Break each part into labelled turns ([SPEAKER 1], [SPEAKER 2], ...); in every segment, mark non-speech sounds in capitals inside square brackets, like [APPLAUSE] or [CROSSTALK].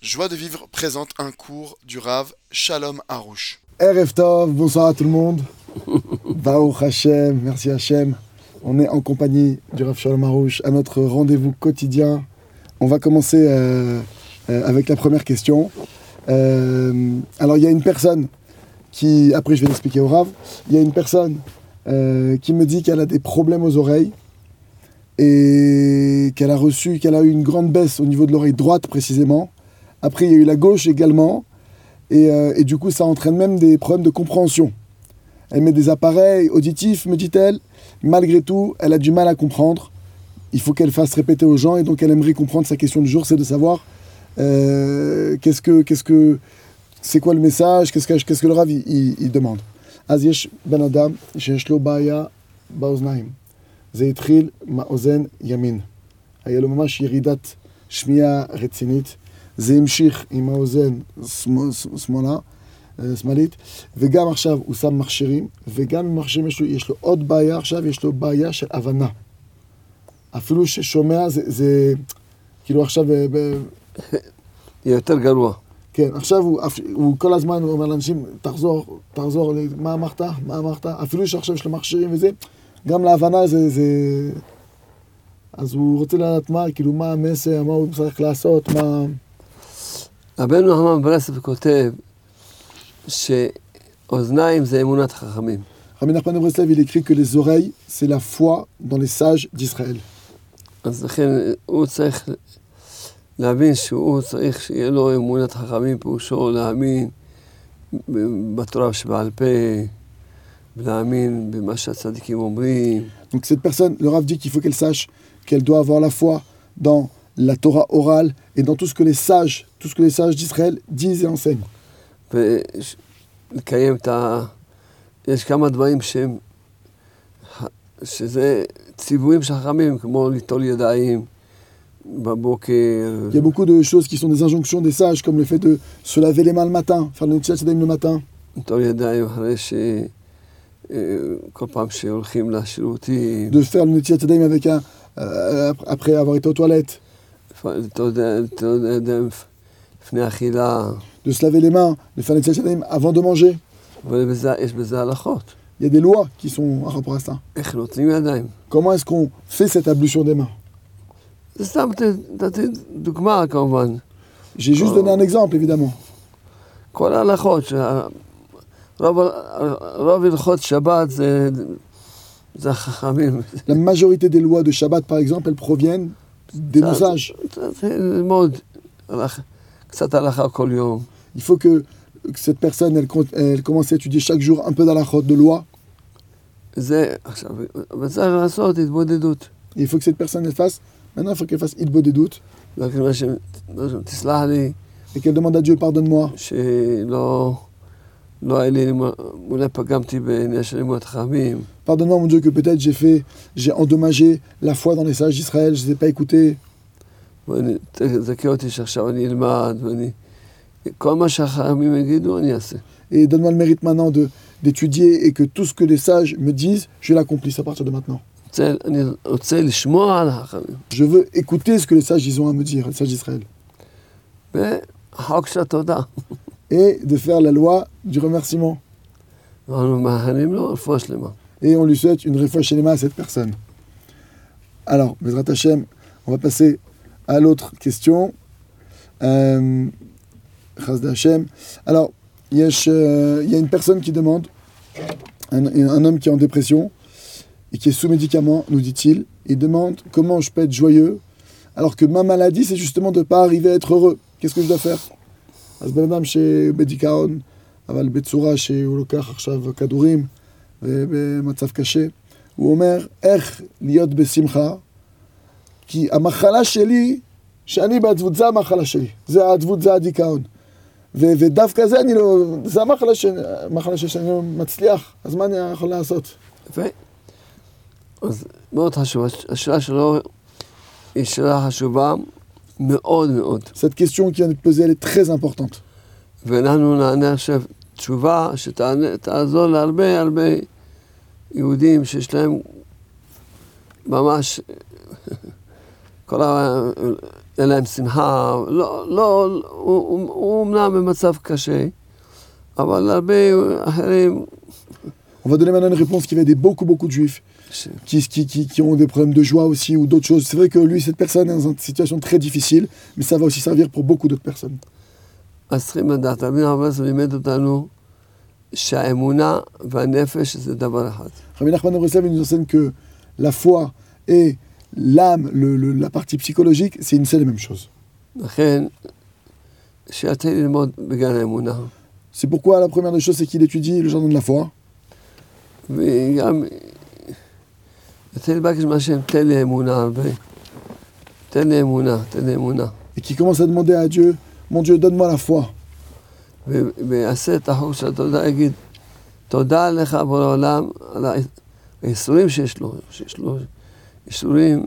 [SPEAKER 1] Joie de vivre présente un cours du Rav Shalom Harouche.
[SPEAKER 2] Erev Tov, bonsoir à tout le monde. Baruch Hashem, merci Hashem. On est en compagnie du Rav Shalom Harouche à notre rendez-vous quotidien. On va commencer euh, euh, avec la première question. Euh, alors, il y a une personne qui, après je vais l'expliquer au Rav, il y a une personne euh, qui me dit qu'elle a des problèmes aux oreilles et qu'elle a reçu, qu'elle a eu une grande baisse au niveau de l'oreille droite précisément. Après, il y a eu la gauche également. Et, euh, et du coup, ça entraîne même des problèmes de compréhension. Elle met des appareils auditifs, me dit-elle. Malgré tout, elle a du mal à comprendre. Il faut qu'elle fasse répéter aux gens. Et donc, elle aimerait comprendre sa question du jour, c'est de savoir euh, qu'est-ce que, qu'est-ce que, c'est quoi le message, qu'est-ce que, qu'est-ce que le Rav, il, il- il demande. ben אז יש בן אדם שיש לו בעיה באוזניים. זה התחיל מאוזן ימין. היה לו ממש ירידת שמיעה רצינית. זה המשיך עם האוזן שמאל- שמאלה, אה, שמאלית, וגם עכשיו הוא שם מכשירים, וגם עם מכשירים יש לו, יש לו עוד בעיה עכשיו, יש לו בעיה של הבנה. אפילו ששומע זה, זה כאילו עכשיו אה, ב-
[SPEAKER 3] יהיה יותר גרוע.
[SPEAKER 2] כן, עכשיו הוא, אף- הוא כל הזמן הוא אומר לאנשים, תחזור, תחזור, ל- מה אמרת? מה אמרת? אפילו שעכשיו יש לו מכשירים וזה, גם להבנה זה... זה... אז הוא רוצה לדעת מה, כאילו, מה המסר, מה הוא צריך לעשות, מה...
[SPEAKER 3] רבנו נחמן ברסלב כותב שאוזניים זה אמונת חכמים.
[SPEAKER 2] רבי נחמן אברסלב, il écrit que les oreilles, c'est la foi dans les sages d'Israël.
[SPEAKER 3] אז לכן הוא צריך להבין שהוא צריך שיהיה לו אמונת חכמים, פירושו להאמין בתורה שבעל פה, ולהאמין במה שהצדיקים אומרים.
[SPEAKER 2] Donc cette personne, le Rav dit qu'il faut qu'elle sache qu'elle doit avoir la foi dans la Torah orale et dans tout ce que les sages, tout ce que les sages d'Israël disent et enseignent.
[SPEAKER 3] ולקיים את ה... יש כמה דברים שהם... שזה ציוויים של חכמים, כמו ליטול ידיים בבוקר.
[SPEAKER 2] Il y a beaucoup de choses qui sont des injonctions des sages, comme le fait de se laver les mains le matin, faire le Netzilat Yadayim le matin,
[SPEAKER 3] ליטול ידיים אחרי ש... אה, כל פעם שהולכים לשירותים,
[SPEAKER 2] de faire le Netzilat Yadayim avec un, euh, ap- après avoir été aux toilettes,
[SPEAKER 3] לפ- ליטול ידיים- ליטול ידיים לפ- לפני אכילה,
[SPEAKER 2] de se laver les mains, de faire le Netzilat Yadayim avant de manger.
[SPEAKER 3] אבל בזה- יש בזה הלכות,
[SPEAKER 2] Il y a des lois qui sont en rapport à ça.
[SPEAKER 3] איך נותנים ידיים.
[SPEAKER 2] Comment est-ce qu'on fait cette ablution des mains
[SPEAKER 3] זה סתם ת- נתתי דוגמה כמובן,
[SPEAKER 2] J'ai juste donné un exemple, évidemment.
[SPEAKER 3] כל ההלכות, שה- רוב ה- רוב הלכות שבת זה, זה החכמים, [LAUGHS]
[SPEAKER 2] La majorité des lois de Shabbat, par exemple, elles proviennent des nos sages.
[SPEAKER 3] צריך ללמוד הלכ- קצת הלכה כל יום,
[SPEAKER 2] Il faut que cette personne, elle, con- elle commence à étudier chaque jour un peu d'alachot, de loi.
[SPEAKER 3] זה עכשיו, אבל צריך לעשות התבודדות.
[SPEAKER 2] Et il faut que cette personne, elle fasse, maintenant, il faut qu'elle fasse Idbo des doutes.
[SPEAKER 3] רק מה ש- מה ש- תסלח לי
[SPEAKER 2] et qu'elle demande à Dieu pardonne-moi.
[SPEAKER 3] שלא לא היה לי, לימוד- אולי פגמתי בעניין של לימוד חכמים,
[SPEAKER 2] Pardonne-moi mon Dieu que peut-être j'ai fait, j'ai endommagé la foi dans les sages d'Israël, je ne les ai pas écoutés.
[SPEAKER 3] ואני- תזכה אותי שעכשיו אני אלמד, ואני... כל מה שהחכמים יגידו אני אעשה.
[SPEAKER 2] Et donne-moi le mérite maintenant de d'étudier et que tout ce que les sages me disent, je l'accomplisse à partir de maintenant.
[SPEAKER 3] רוצה- אני רוצה לשמוע על החכמים.
[SPEAKER 2] Je veux écouter ce que les sages ils ont à me dire, les sages d'Israël.
[SPEAKER 3] וחוק של התודה.
[SPEAKER 2] Et de faire la loi du remerciement.
[SPEAKER 3] אנחנו מאחלים לו רפואה שלמה.
[SPEAKER 2] Et on lui souhaite une réfoua chez à cette personne. Alors, Bezrat Hashem, on va passer à l'autre question. Euh, Chazda Hashem. Alors, yesh, euh, il y a une personne qui demande, un, un homme qui est en dépression et qui est sous médicament, nous dit-il. Il demande comment je peux être joyeux alors que ma maladie, c'est justement de ne pas arriver à être heureux. Qu'est-ce que je dois faire אז בן אדם שבדיכאון, אבל בצורה שהוא לוקח עכשיו כדורים ובמצב קשה, הוא אומר, איך להיות בשמחה? כי המחלה שלי, שאני בעצבות, זה המחלה שלי. זה העצבות, זה הדיכאון. ו- ודווקא זה אני לא, זה המחלה, ש- המחלה שלי שאני לא מצליח, אז מה אני יכול לעשות?
[SPEAKER 3] יפה. אז מאוד חשוב, הש- השאלה שלו היא שאלה חשובה מאוד מאוד.
[SPEAKER 2] Cette question qui vient de poser, elle est très importante.
[SPEAKER 3] ואנחנו נענה עכשיו תשובה שתעזור להרבה הרבה יהודים שיש [LAUGHS] להם ממש כל ה... אין להם שמחה, לא, לא, הוא- הוא הוא אומנם במצב קשה, אבל הרבה אחרים...
[SPEAKER 2] On va donner maintenant une réponse qui va aider beaucoup, beaucoup de juifs
[SPEAKER 3] ש-
[SPEAKER 2] qui, qui, qui, qui ont des problèmes de joie aussi ou d'autres choses. C'est vrai que lui, cette personne est dans une situation très difficile, mais ça va aussi servir pour beaucoup d'autres personnes.
[SPEAKER 3] אז צריכים לדעת, רבי נחמן ברסלב לימד אותנו שהאמונה והנפש זה דבר אחד.
[SPEAKER 2] Rabbi Nachman de Breslev, il nous enseigne que la foi et l'âme, le- le- la partie psychologique, c'est une seule et même chose.
[SPEAKER 3] לכן, שיתחיל ללמוד בגן האמונה,
[SPEAKER 2] C'est pourquoi la première des choses, c'est qu'il étudie le jardin de la foi.
[SPEAKER 3] וגם יתחיל לבקש מהשם, תן לי אמונה הרבה. תן לי אמונה, תן לי אמונה.
[SPEAKER 2] et qui commence à demander à Dieu, mon Dieu, donne-moi la foi.
[SPEAKER 3] ו- ויעשה את החוק של התודה, יגיד, תודה לך בורא עולם על האיסורים שיש לו, שיש לו איסורים,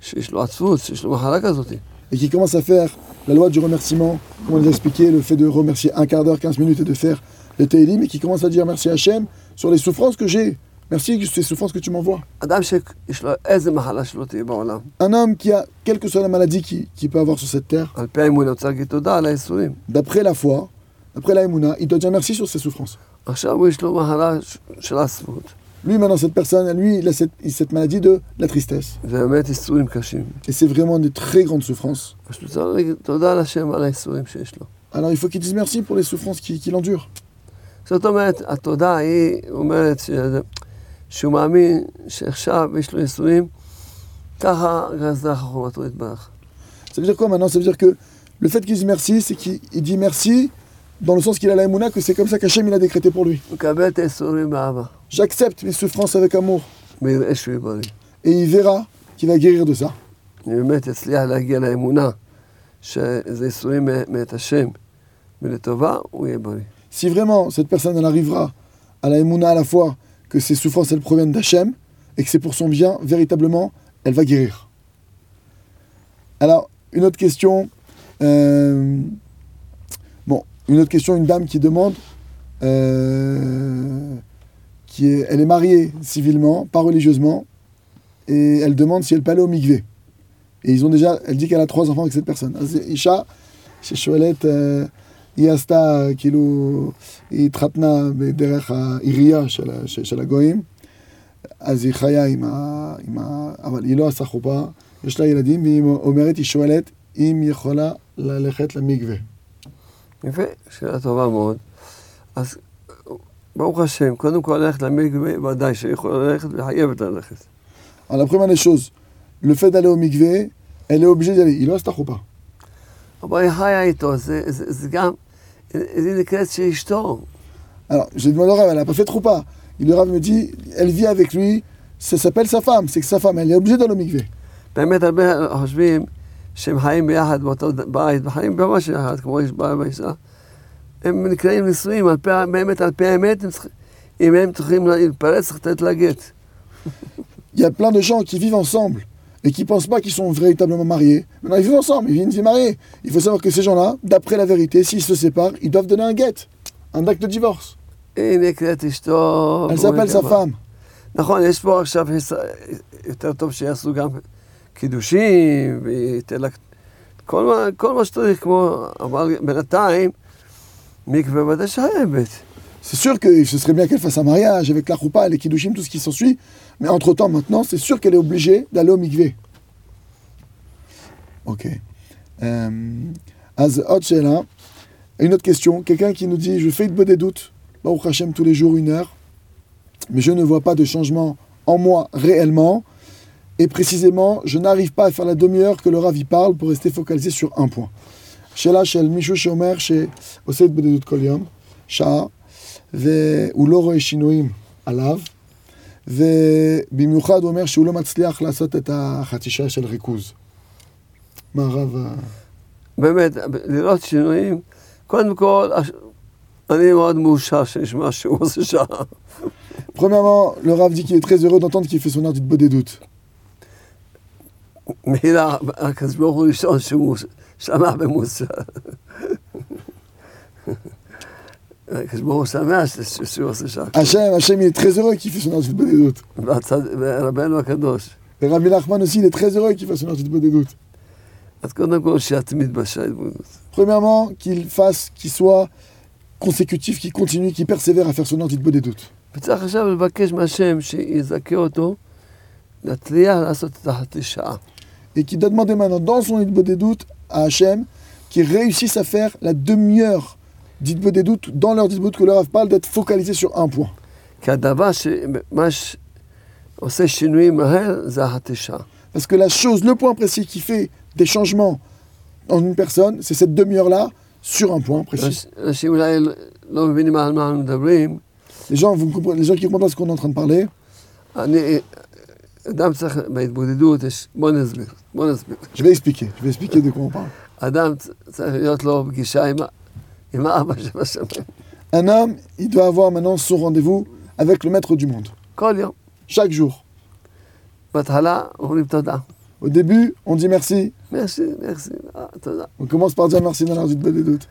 [SPEAKER 3] שיש לו עצבות, שיש לו מחלה כזאת.
[SPEAKER 2] Et qui commence à faire la loi du remerciement, comme on l'a expliqué, le fait de remercier un quart d'heure, 15 minutes et de faire le Tehillim, et qui commence à dire merci à Hachem sur les souffrances que j'ai. Merci sur ces souffrances que tu m'envoies.
[SPEAKER 3] אדם שיש לו איזה מחלה שלא תהיה בעולם,
[SPEAKER 2] Un homme qui a, quelle que soit la maladie qu'il qu'il peut avoir sur cette terre,
[SPEAKER 3] על פי האמונה הוא צריך להגיד תודה על האיסורים.
[SPEAKER 2] d'après la foi, d'après la Emouna, il doit dire merci sur ses souffrances.
[SPEAKER 3] עכשיו הוא יש לו מחלה ש- של עצבות,
[SPEAKER 2] Lui, maintenant, cette personne, lui, il a cette, il a cette maladie de la tristesse.
[SPEAKER 3] זה באמת איסורים קשים.
[SPEAKER 2] Et c'est vraiment des très grandes souffrances.
[SPEAKER 3] אז הוא צריך להגיד תודה לשם על האיסורים שיש לו.
[SPEAKER 2] Alors il faut qu'il dise merci pour les souffrances qu'il qu'il endure.
[SPEAKER 3] זאת אומרת, התודה היא אומרת שזה- שהוא מאמין שעכשיו יש לו ייסורים, ככה גזרה חוכמתו יתברך.
[SPEAKER 2] Ça veut dire quoi maintenant Ça veut dire que le fait qu'il dise merci, c'est qu'il il dit merci dans le sens qu'il a la Emouna, que c'est comme ça qu'Hachem il a décrété pour lui.
[SPEAKER 3] הוא מקבל את הייסורים באהבה,
[SPEAKER 2] J'accepte mes souffrances avec amour.
[SPEAKER 3] ויראה שהוא יהיה בריא.
[SPEAKER 2] Et il verra qu'il va guérir de ça.
[SPEAKER 3] אני באמת אצליח להגיע לאמונה שזה ייסורים מ- מאת השם ולטובה, הוא יהיה בריא.
[SPEAKER 2] Si vraiment cette personne elle arrivera à la Emouna à la fois que ses souffrances elles proviennent d'Hachem et que c'est pour son bien, véritablement, elle va guérir. Alors, une autre question. euh, bon, une autre question, une dame qui demande. euh, qui est, elle est mariée civilement, pas religieusement, et elle demande si elle peut aller au migvé. Et ils ont déjà, elle dit qu'elle a trois enfants avec cette personne. Ah, אז אישה ששואלת, אה, היא עשתה, אה, כאילו, היא התחתנה בדרך העירייה של, ה- ש- של הגויים, אז היא חיה עם ה, עם ה... אבל היא לא עשה חופה, יש לה ילדים, והיא אומרת, היא שואלת אם יכולה ללכת למקווה.
[SPEAKER 3] יפה, שאלה טובה מאוד. אז ברוך השם, קודם כל ללכת למקווה, ודאי שהיא יכולה ללכת וחייבת ללכת.
[SPEAKER 2] Alors, la première des choses, le fait d'aller au migvé, elle est obligée d'y aller, היא לא עשתה חופה.
[SPEAKER 3] אבל היא חיה איתו, זה, זה, זה גם, היא נקראת שהיא אשתו.
[SPEAKER 2] Alors, j'ai demandé au Rav, elle n'a pas fait de troupa. Et Le Rav me dit, elle vit avec lui, ça s'appelle sa femme, c'est que sa femme, elle est obligée d'aller au mikvé.
[SPEAKER 3] באמת הרבה חושבים שהם חיים ביחד באותו ד- בית, וחיים ממש יחד, כמו יש בעל ואישה. הם נקראים נשואים, על פי, ה- באמת, על פי האמת, הם צריכים, אם הם צריכים להתפרץ, צריך לתת לה גט.
[SPEAKER 2] Il y a plein de gens qui vivent ensemble et qui pensent pas qu'ils sont véritablement mariés. Maintenant, ils vivent ensemble, ils vivent une vie mariée. Il faut savoir que ces gens-là, d'après la vérité, s'ils se séparent, ils doivent donner un guet, un acte de divorce.
[SPEAKER 3] היא נקראת אשתו.
[SPEAKER 2] Elle s'appelle sa femme.
[SPEAKER 3] נכון, יש פה עכשיו, הס- יותר טוב שיעשו גם קידושים, וייתן לה כל מה, כל מה שצריך, כמו, אבל בינתיים, מקווה ודאי שייבת.
[SPEAKER 2] C'est sûr que ce serait bien qu'elle fasse un mariage avec la roupa et les kiddushim, tout ce qui s'ensuit. Mais entre-temps, maintenant, c'est sûr qu'elle est obligée d'aller au mikvé. Ok. Euh, אז עוד שאלה. Une autre question. Quelqu'un qui nous dit Je fais une des doutes, Baruch Hashem, tous les jours, une heure, mais je ne vois pas de changement en moi réellement. Et précisément, je n'arrive pas à faire la demi-heure que le Ravi parle pour rester focalisé sur un point. שאלה של מישהו שאומר שעושה התבודדות כל יום, שעה, והוא לא רואה שינויים עליו, ובמיוחד הוא אומר שהוא לא מצליח לעשות את החצי שעה של ריכוז. מה הרב... ה-
[SPEAKER 3] באמת, לראות שינויים, קודם כל, הש- אני מאוד מאושר שיש משהו [LAUGHS] עושה שעה.
[SPEAKER 2] Premièrement, le Rav dit qu'il est très heureux d'entendre qu'il fait son heure du des doutes.
[SPEAKER 3] מילה, הקדוש ברוך הוא ראשון שהוא מאוש- שמח במוסר. [LAUGHS] הקדוש ברוך הוא שמח ש- שהוא עושה שעה.
[SPEAKER 2] Hachem, Hachem, il est très heureux qu'il fait son heure du des doutes.
[SPEAKER 3] והצד- ורבנו הקדוש.
[SPEAKER 2] Et Rabbi Nachman aussi, il est très heureux qu'il fasse son heure du des doutes.
[SPEAKER 3] אז קודם כל שיתמיד בשייבונות.
[SPEAKER 2] Premièrement, qu'il fasse, qu'il soit consécutif, qu'il continue, qu'il persévère à faire son antidote des doutes.
[SPEAKER 3] וצריך עכשיו לבקש מהשם שיזכה אותו להצליח לעשות את החתישה.
[SPEAKER 2] Et qu'il doit demander maintenant, dans son antidote des doutes, à Hachem, qu'il réussisse à faire la demi-heure d'antidote des doutes, dans leur antidote que leur Rav parle, d'être focalisé sur un point.
[SPEAKER 3] כי הדבר שמה שעושה שינויים מהר זה החתישה.
[SPEAKER 2] Parce que la chose, le point précis qui fait des changements en une personne, c'est cette demi-heure-là sur un point précis.
[SPEAKER 3] אנש- אנשים אולי לא מבינים על מה אנחנו מדברים.
[SPEAKER 2] Les gens, vous comprenez, les gens qui comprennent pas ce qu'on est en train de parler,
[SPEAKER 3] אני, אדם צריך, בהתבודדות יש, בוא נסביר, בוא נסביר.
[SPEAKER 2] je vais expliquer. Je vais expliquer de quoi on parle.
[SPEAKER 3] אדם צ- צריך להיות לו פגישה עם, ה- עם האבא שבשמיים.
[SPEAKER 2] Un homme, il doit avoir maintenant son rendez-vous avec le maître du monde.
[SPEAKER 3] כל יום.
[SPEAKER 2] Chaque jour.
[SPEAKER 3] בהתחלה אומרים תודה.
[SPEAKER 2] Au début, on dit merci.
[SPEAKER 3] מרסי, מרסי, אה, תודה.
[SPEAKER 2] On commence par dire merci dans l'heure du des doutes.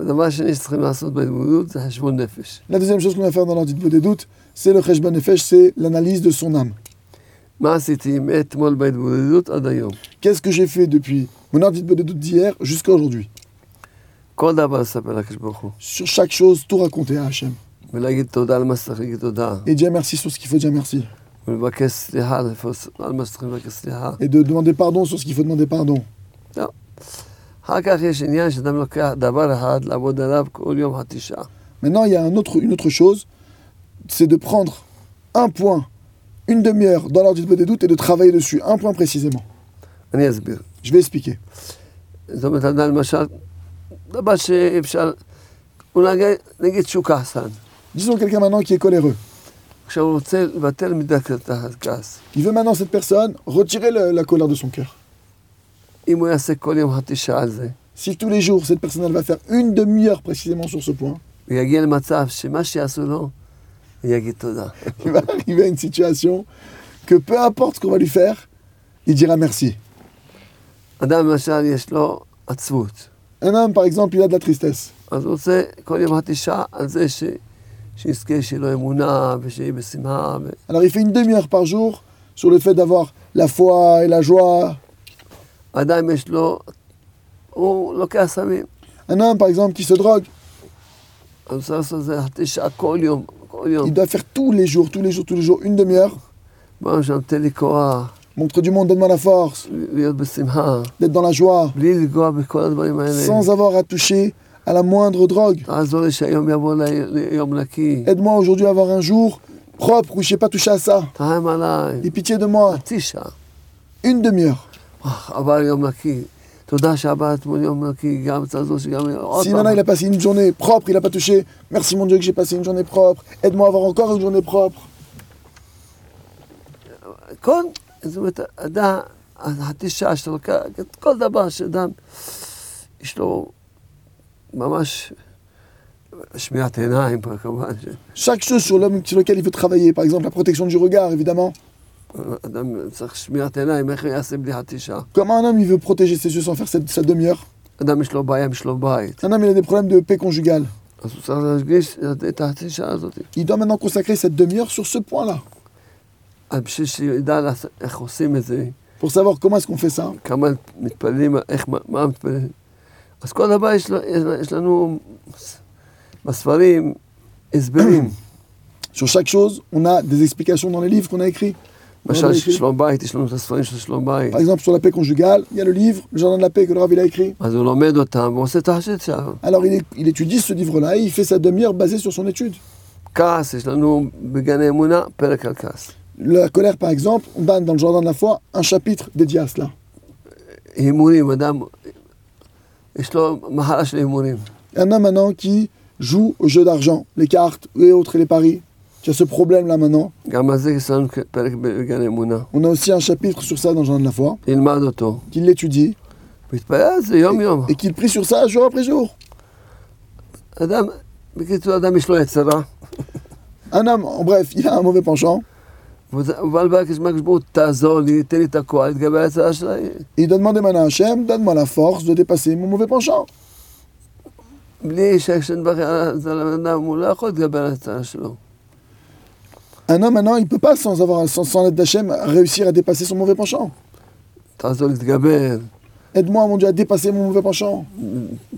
[SPEAKER 3] הדבר השני שצריכים לעשות בהתמודדות זה חשבון נפש.
[SPEAKER 2] La deuxième chose qu'on va faire dans l'heure du des doutes, c'est le Kheshban Nefesh, c'est l'analyse de son âme.
[SPEAKER 3] מה עשיתי מאתמול בהתמודדות עד היום?
[SPEAKER 2] Qu'est-ce que j'ai fait depuis mon heure du des doutes d'hier jusqu'à aujourd'hui
[SPEAKER 3] כל דבר לספר לקדוש ברוך הוא.
[SPEAKER 2] Sur chaque chose, tout raconter à Hachem.
[SPEAKER 3] ולהגיד תודה על מה שצריך להגיד תודה.
[SPEAKER 2] Et dire merci sur ce qu'il faut dire merci.
[SPEAKER 3] ולבקש סליחה על איפה- על מה שצריכים לבקש סליחה.
[SPEAKER 2] Et de demander pardon sur ce qu'il faut demander pardon.
[SPEAKER 3] אחר כך יש עניין שאדם לוקח דבר אחד, לעבוד עליו כל יום חתישה.
[SPEAKER 2] Maintenant, il y a un autre, une autre chose, c'est de prendre un point, une demi-heure dans l'ordre du des doutes et de travailler dessus, un point précisément.
[SPEAKER 3] אני אסביר.
[SPEAKER 2] Je vais expliquer.
[SPEAKER 3] זאת אומרת, אדם למשל, דבר שאפשר, הוא נגיד, נגיד שהוא כעסן.
[SPEAKER 2] Disons quelqu'un maintenant qui est coléreux.
[SPEAKER 3] עכשיו הוא רוצה לבטל מידת הכעס.
[SPEAKER 2] Il veut maintenant cette personne retirer le- la colère de son cœur.
[SPEAKER 3] אם הוא יעשה כל יום חתישה על זה,
[SPEAKER 2] Si tous les jours cette personne elle va faire une demi-heure précisément sur ce point,
[SPEAKER 3] הוא יגיע למצב שמה שיעשו לו, הוא יגיד תודה.
[SPEAKER 2] [LAUGHS] il va arriver à une situation que peu importe ce qu'on va lui faire, il dira merci.
[SPEAKER 3] אדם למשל, יש לו עצבות.
[SPEAKER 2] Un homme par exemple, il a de la tristesse.
[SPEAKER 3] אז הוא רוצה כל יום חתישה על זה ש... שיזכה שיהיה לו אמונה, ושיהיה בשמחה, ו...
[SPEAKER 2] Alors il fait une demi-heure par jour sur le fait d'avoir la foi et la joie.
[SPEAKER 3] עדיין יש לו, הוא לוקח סמים.
[SPEAKER 2] Un homme par exemple qui se drogue,
[SPEAKER 3] אז צריך לעשות את זה תשעה כל יום, כל יום.
[SPEAKER 2] il doit faire tous les jours, tous les jours, tous les jours, une demi-heure.
[SPEAKER 3] מה שנותן לי כוח,
[SPEAKER 2] Montre du monde, donne-moi la force,
[SPEAKER 3] להיות בשמחה,
[SPEAKER 2] d'être dans la joie,
[SPEAKER 3] בלי לנגוע בכל הדברים האלה.
[SPEAKER 2] sans avoir à toucher à la moindre drogue.
[SPEAKER 3] תעזור לי שהיום יבוא לי- ליום נקי,
[SPEAKER 2] Aide-moi aujourd'hui à avoir un jour propre où je n'ai pas touché à ça.
[SPEAKER 3] תרחם עליי,
[SPEAKER 2] Et pitié de moi,
[SPEAKER 3] חצי שעה.
[SPEAKER 2] une demi-heure.
[SPEAKER 3] וואח, עבר יום נקי. תודה שעבר אתמול יום נקי, גם תעזור שגם יהיה עוד
[SPEAKER 2] Si
[SPEAKER 3] פעם.
[SPEAKER 2] maintenant il a passé une journée propre, il n'a pas touché, merci mon Dieu que j'ai passé une journée propre, aide-moi à avoir encore une journée propre.
[SPEAKER 3] כל, זאת אומרת, אדם, החצי שעה שאתה לוקח, כל דבר שאדם, יש לו ממש שמיעת עיניים, כמובן. ש...
[SPEAKER 2] Chaque chose sur l'homme sur lequel il veut travailler, par exemple la protection du regard, évidemment.
[SPEAKER 3] אדם צריך שמיעת עיניים, איך הוא יעשה בלי חתישה?
[SPEAKER 2] Comment un homme il veut protéger ses yeux sans faire cette- sa demi-heure
[SPEAKER 3] אדם יש לו בעיה עם שלום בית,
[SPEAKER 2] Un homme il a des problèmes de paix conjugale.
[SPEAKER 3] אז הוא צריך להשגיש את החתישה הזאת.
[SPEAKER 2] Il doit maintenant consacrer cette demi-heure sur ce point-là,
[SPEAKER 3] אז בשביל שידע לעשות- איך עושים את זה,
[SPEAKER 2] pour savoir comment est-ce qu'on fait ça.
[SPEAKER 3] כמה מתפללים, איך, מה- מה מתפללים. אז כל דבר יש, לו- יש- יש לנו בספרים הסברים.
[SPEAKER 2] Sur chaque chose, on a des explications dans les livres qu'on a écrits. On a
[SPEAKER 3] למשל
[SPEAKER 2] écrit.
[SPEAKER 3] שלום בית, יש לנו את הספרים של שלום בית.
[SPEAKER 2] Par exemple, sur la paix conjugale, il y a le livre, le jardin de la paix que le Rav il a écrit.
[SPEAKER 3] אז הוא לומד אותם ועושה את החשד שם.
[SPEAKER 2] Alors il, é- il étudie ce livre-là et il fait sa demi-heure basée sur son étude.
[SPEAKER 3] כעס, יש לנו בגן האמונה פרק על כעס.
[SPEAKER 2] La colère, par exemple, on donne dans le jardin de la foi un chapitre dédié à cela.
[SPEAKER 3] הימורים, אדם, יש לו מחלה של הימורים.
[SPEAKER 2] Un homme maintenant qui joue au jeu d'argent, les cartes et autres et les paris, qui a ce problème-là maintenant,
[SPEAKER 3] גם על זה יש לנו פרק בגן האמונה.
[SPEAKER 2] on a aussi un chapitre sur ça dans le jardin de la foi,
[SPEAKER 3] ילמד אותו,
[SPEAKER 2] qu'il l'étudie
[SPEAKER 3] מתפלל על זה יום-יום.
[SPEAKER 2] et qu'il prie sur ça jour après jour.
[SPEAKER 3] אדם, בקיצור, אדם יש לו יצרה,
[SPEAKER 2] Un homme, en bref, il a un mauvais penchant,
[SPEAKER 3] והוא בא לבקש מהקדוש ברוך הוא, תעזור לי, תן לי את הכוח לגבי היצרה שלי,
[SPEAKER 2] et il doit demander maintenant à Hachem, donne-moi la force de dépasser mon mauvais penchant.
[SPEAKER 3] בלי שכשנדבר על זה לבן אדם, הוא לא יכול להתגבר על היצרה שלו.
[SPEAKER 2] Un homme maintenant, il peut pas, sans, avoir- sans, sans l'aide d'Hachem, réussir à dépasser son mauvais penchant.
[SPEAKER 3] תעזור להתגבר,
[SPEAKER 2] Aide-moi, mon Dieu, à dépasser mon mauvais penchant.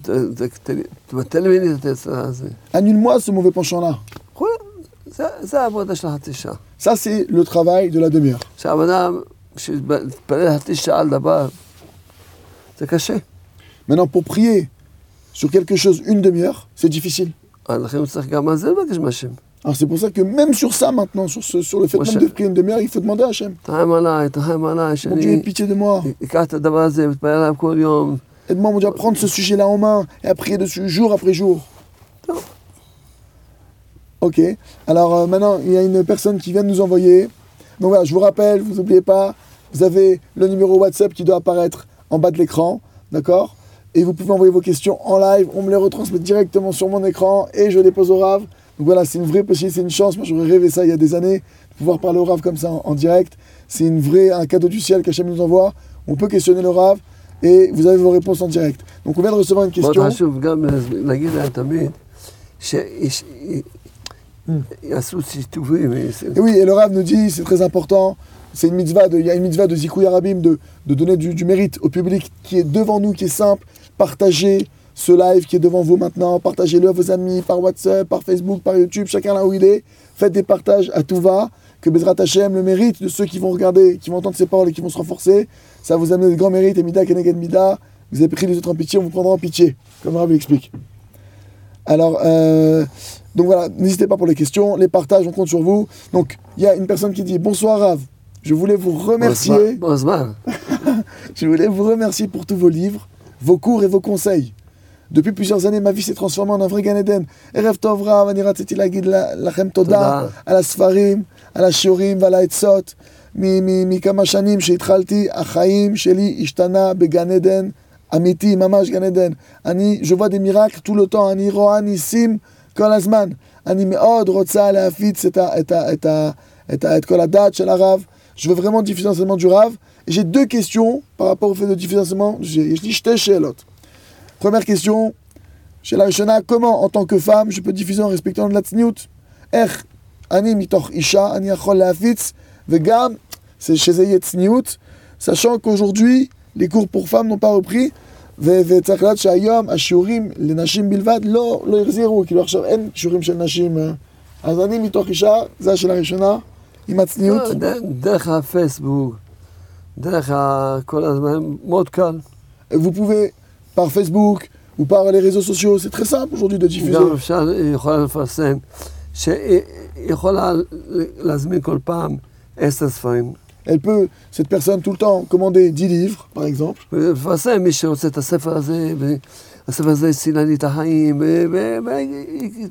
[SPEAKER 3] ת- ת- ת- תבטל ממני את היצר הזה.
[SPEAKER 2] Annule-moi ce mauvais penchant-là.
[SPEAKER 3] יכול- זה- זה העבודה של החתישה.
[SPEAKER 2] Ça, c'est le travail de la demi-heure.
[SPEAKER 3] עכשיו, אדם שמתפלל חתישה על דבר, זה קשה.
[SPEAKER 2] Maintenant, pour prier sur quelque chose une demi-heure, c'est difficile.
[SPEAKER 3] אז לכן הוא צריך גם על זה לבקש מהשם.
[SPEAKER 2] Alors, c'est pour ça que même sur ça, maintenant, sur, ce- sur le fait
[SPEAKER 3] Moi,
[SPEAKER 2] même
[SPEAKER 3] je-
[SPEAKER 2] de prier une demi-heure, il faut demander à Hachem.
[SPEAKER 3] תרחם עליי, תרחם עליי,
[SPEAKER 2] Mon Dieu, aie
[SPEAKER 3] שאני
[SPEAKER 2] pitié de moi.
[SPEAKER 3] אקח את הדבר הזה ואתפלל עליו כל יום.
[SPEAKER 2] Aide-moi, mon Dieu, à prendre ce sujet-là en main et à prier dessus jour après jour.
[SPEAKER 3] טוב,
[SPEAKER 2] Ok. Alors euh, maintenant, il y a une personne qui vient de nous envoyer. Donc voilà, je vous rappelle, vous n'oubliez pas, vous avez le numéro WhatsApp qui doit apparaître en bas de l'écran, d'accord Et vous pouvez envoyer vos questions en live, on me les retransmet directement sur mon écran et je les pose au RAV. Donc voilà, c'est une vraie possibilité, c'est une chance. Moi, j'aurais rêvé ça il y a des années, de pouvoir parler au RAV comme ça en, en direct. C'est une vraie, un cadeau du ciel qu'Hachem nous envoie. On peut questionner le RAV et vous avez vos réponses en direct. Donc on vient de recevoir une
[SPEAKER 3] מאוד
[SPEAKER 2] question.
[SPEAKER 3] חשוב גם להגיד להם תמיד, שיעשו ציטובים.
[SPEAKER 2] Et oui, et le Rav nous dit, c'est très important, c'est une mitzvah, de, il y a une mitzvah de Zikuy Arabim, de, de donner du, du mérite au public qui est devant nous, qui est simple. Partagez ce live qui est devant vous maintenant, partagez-le à vos amis par WhatsApp, par Facebook, par YouTube, chacun là où il est. Faites des partages à tout va. Que Bezrat Hashem, le mérite de ceux qui vont regarder, qui vont entendre ces paroles et qui vont se renforcer, ça va vous amène de grands mérites. Et Mida, Keneged Mida, vous avez pris les autres en pitié, on vous prendra en pitié, comme le Rav l'explique. Alors, euh, donc voilà, n'hésitez pas pour les questions, les partages, on compte sur vous. Donc, il y a une personne qui dit Bonsoir Rav, je voulais vous remercier,
[SPEAKER 3] בו זמן.
[SPEAKER 2] je voulais vous remercier pour tous vos livres, vos cours et vos conseils. Depuis plusieurs années, ma vie s'est transformée en un vrai Gan Eden. Erev Tov Rav, אני רציתי להגיד לה- לכם תודה
[SPEAKER 3] תודה.
[SPEAKER 2] על הספרים, על השיעורים ועל העצות. מ- מ- מכמה שנים שהתחלתי, החיים שלי השתנה בגן עדן אמיתי, ממש גן עדן. אני, ז'ובה דמירק, טולוטו, אני רואה ניסים כל הזמן. אני מאוד רוצה להפיץ את, ה, את, ה, את, ה, את, ה, את כל הדעת של הרב. Je veux vraiment diffuser l'enseignement du Rav. Et J'ai deux questions par rapport au fait de diffuser l'enseignement. J'ai- יש לי שתי שאלות. Première question, שאלה ראשונה, comment en tant que femme je peux diffuser en respectant de la Er, צניעות? איך אני מתוך אישה, אני יכול להפיץ, וגם זה- שזה יהיה צניעות, sachant qu'aujourd'hui, les cours pour femmes n'ont pas repris, ו- וצריך לדעת שהיום השיעורים לנשים בלבד לא, לא החזירו, כאילו עכשיו אין שיעורים של נשים. אה. אז אני מתוך אישה, זו השאלה הראשונה, עם הצניעות.
[SPEAKER 3] לא, ד- דרך הפייסבוק, דרך ה- כל הזמן, מאוד קל.
[SPEAKER 2] Vous pouvez, par Facebook ou par les réseaux sociaux, c'est très simple aujourd'hui de diffuser.
[SPEAKER 3] גם אפשר, היא יכולה לפרסם, שהיא היא יכולה להזמין כל פעם עשר ספרים.
[SPEAKER 2] Elle peut, cette personne, tout le temps commander 10 livres, par exemple.
[SPEAKER 3] ולפרסם מי שרוצה את הספר הזה, והספר הזה הצילה לי את החיים, ו- ו- ו-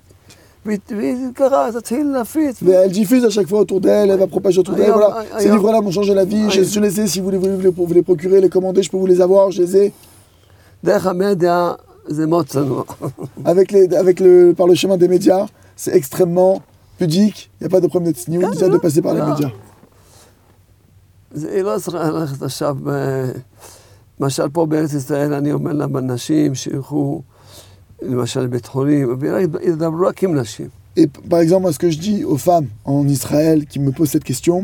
[SPEAKER 3] ו- והיא ככה תתחיל להפיץ.
[SPEAKER 2] Mais elle diffuse à chaque fois autour d'elle, elle va propager autour d'elle.
[SPEAKER 3] Ailleurs,
[SPEAKER 2] Voilà,
[SPEAKER 3] ailleurs.
[SPEAKER 2] ces livres-là m'ont changé la vie. Je,
[SPEAKER 3] Ailleurs.
[SPEAKER 2] je les ai, si vous les voulez vous les procurer, les commander, je peux vous les avoir, je les ai.
[SPEAKER 3] דרך המדיה זה מאוד צנוע. [LAUGHS]
[SPEAKER 2] Avec les, avec le, par le chemin des médias, c'est extrêmement pudique. Il n'y a pas de problème d'être news, déjà de passer par les
[SPEAKER 3] Ah.
[SPEAKER 2] médias.
[SPEAKER 3] זה- היא לא צריכה ללכת עכשיו, ב- למשל פה בארץ ישראל, אני אומר להם, נשים שילכו, למשל לבית חולים, אבל ידברו רק עם נשים.
[SPEAKER 2] Et p- par exemple, moi, ce que je dis aux femmes en Israël qui me posent cette question,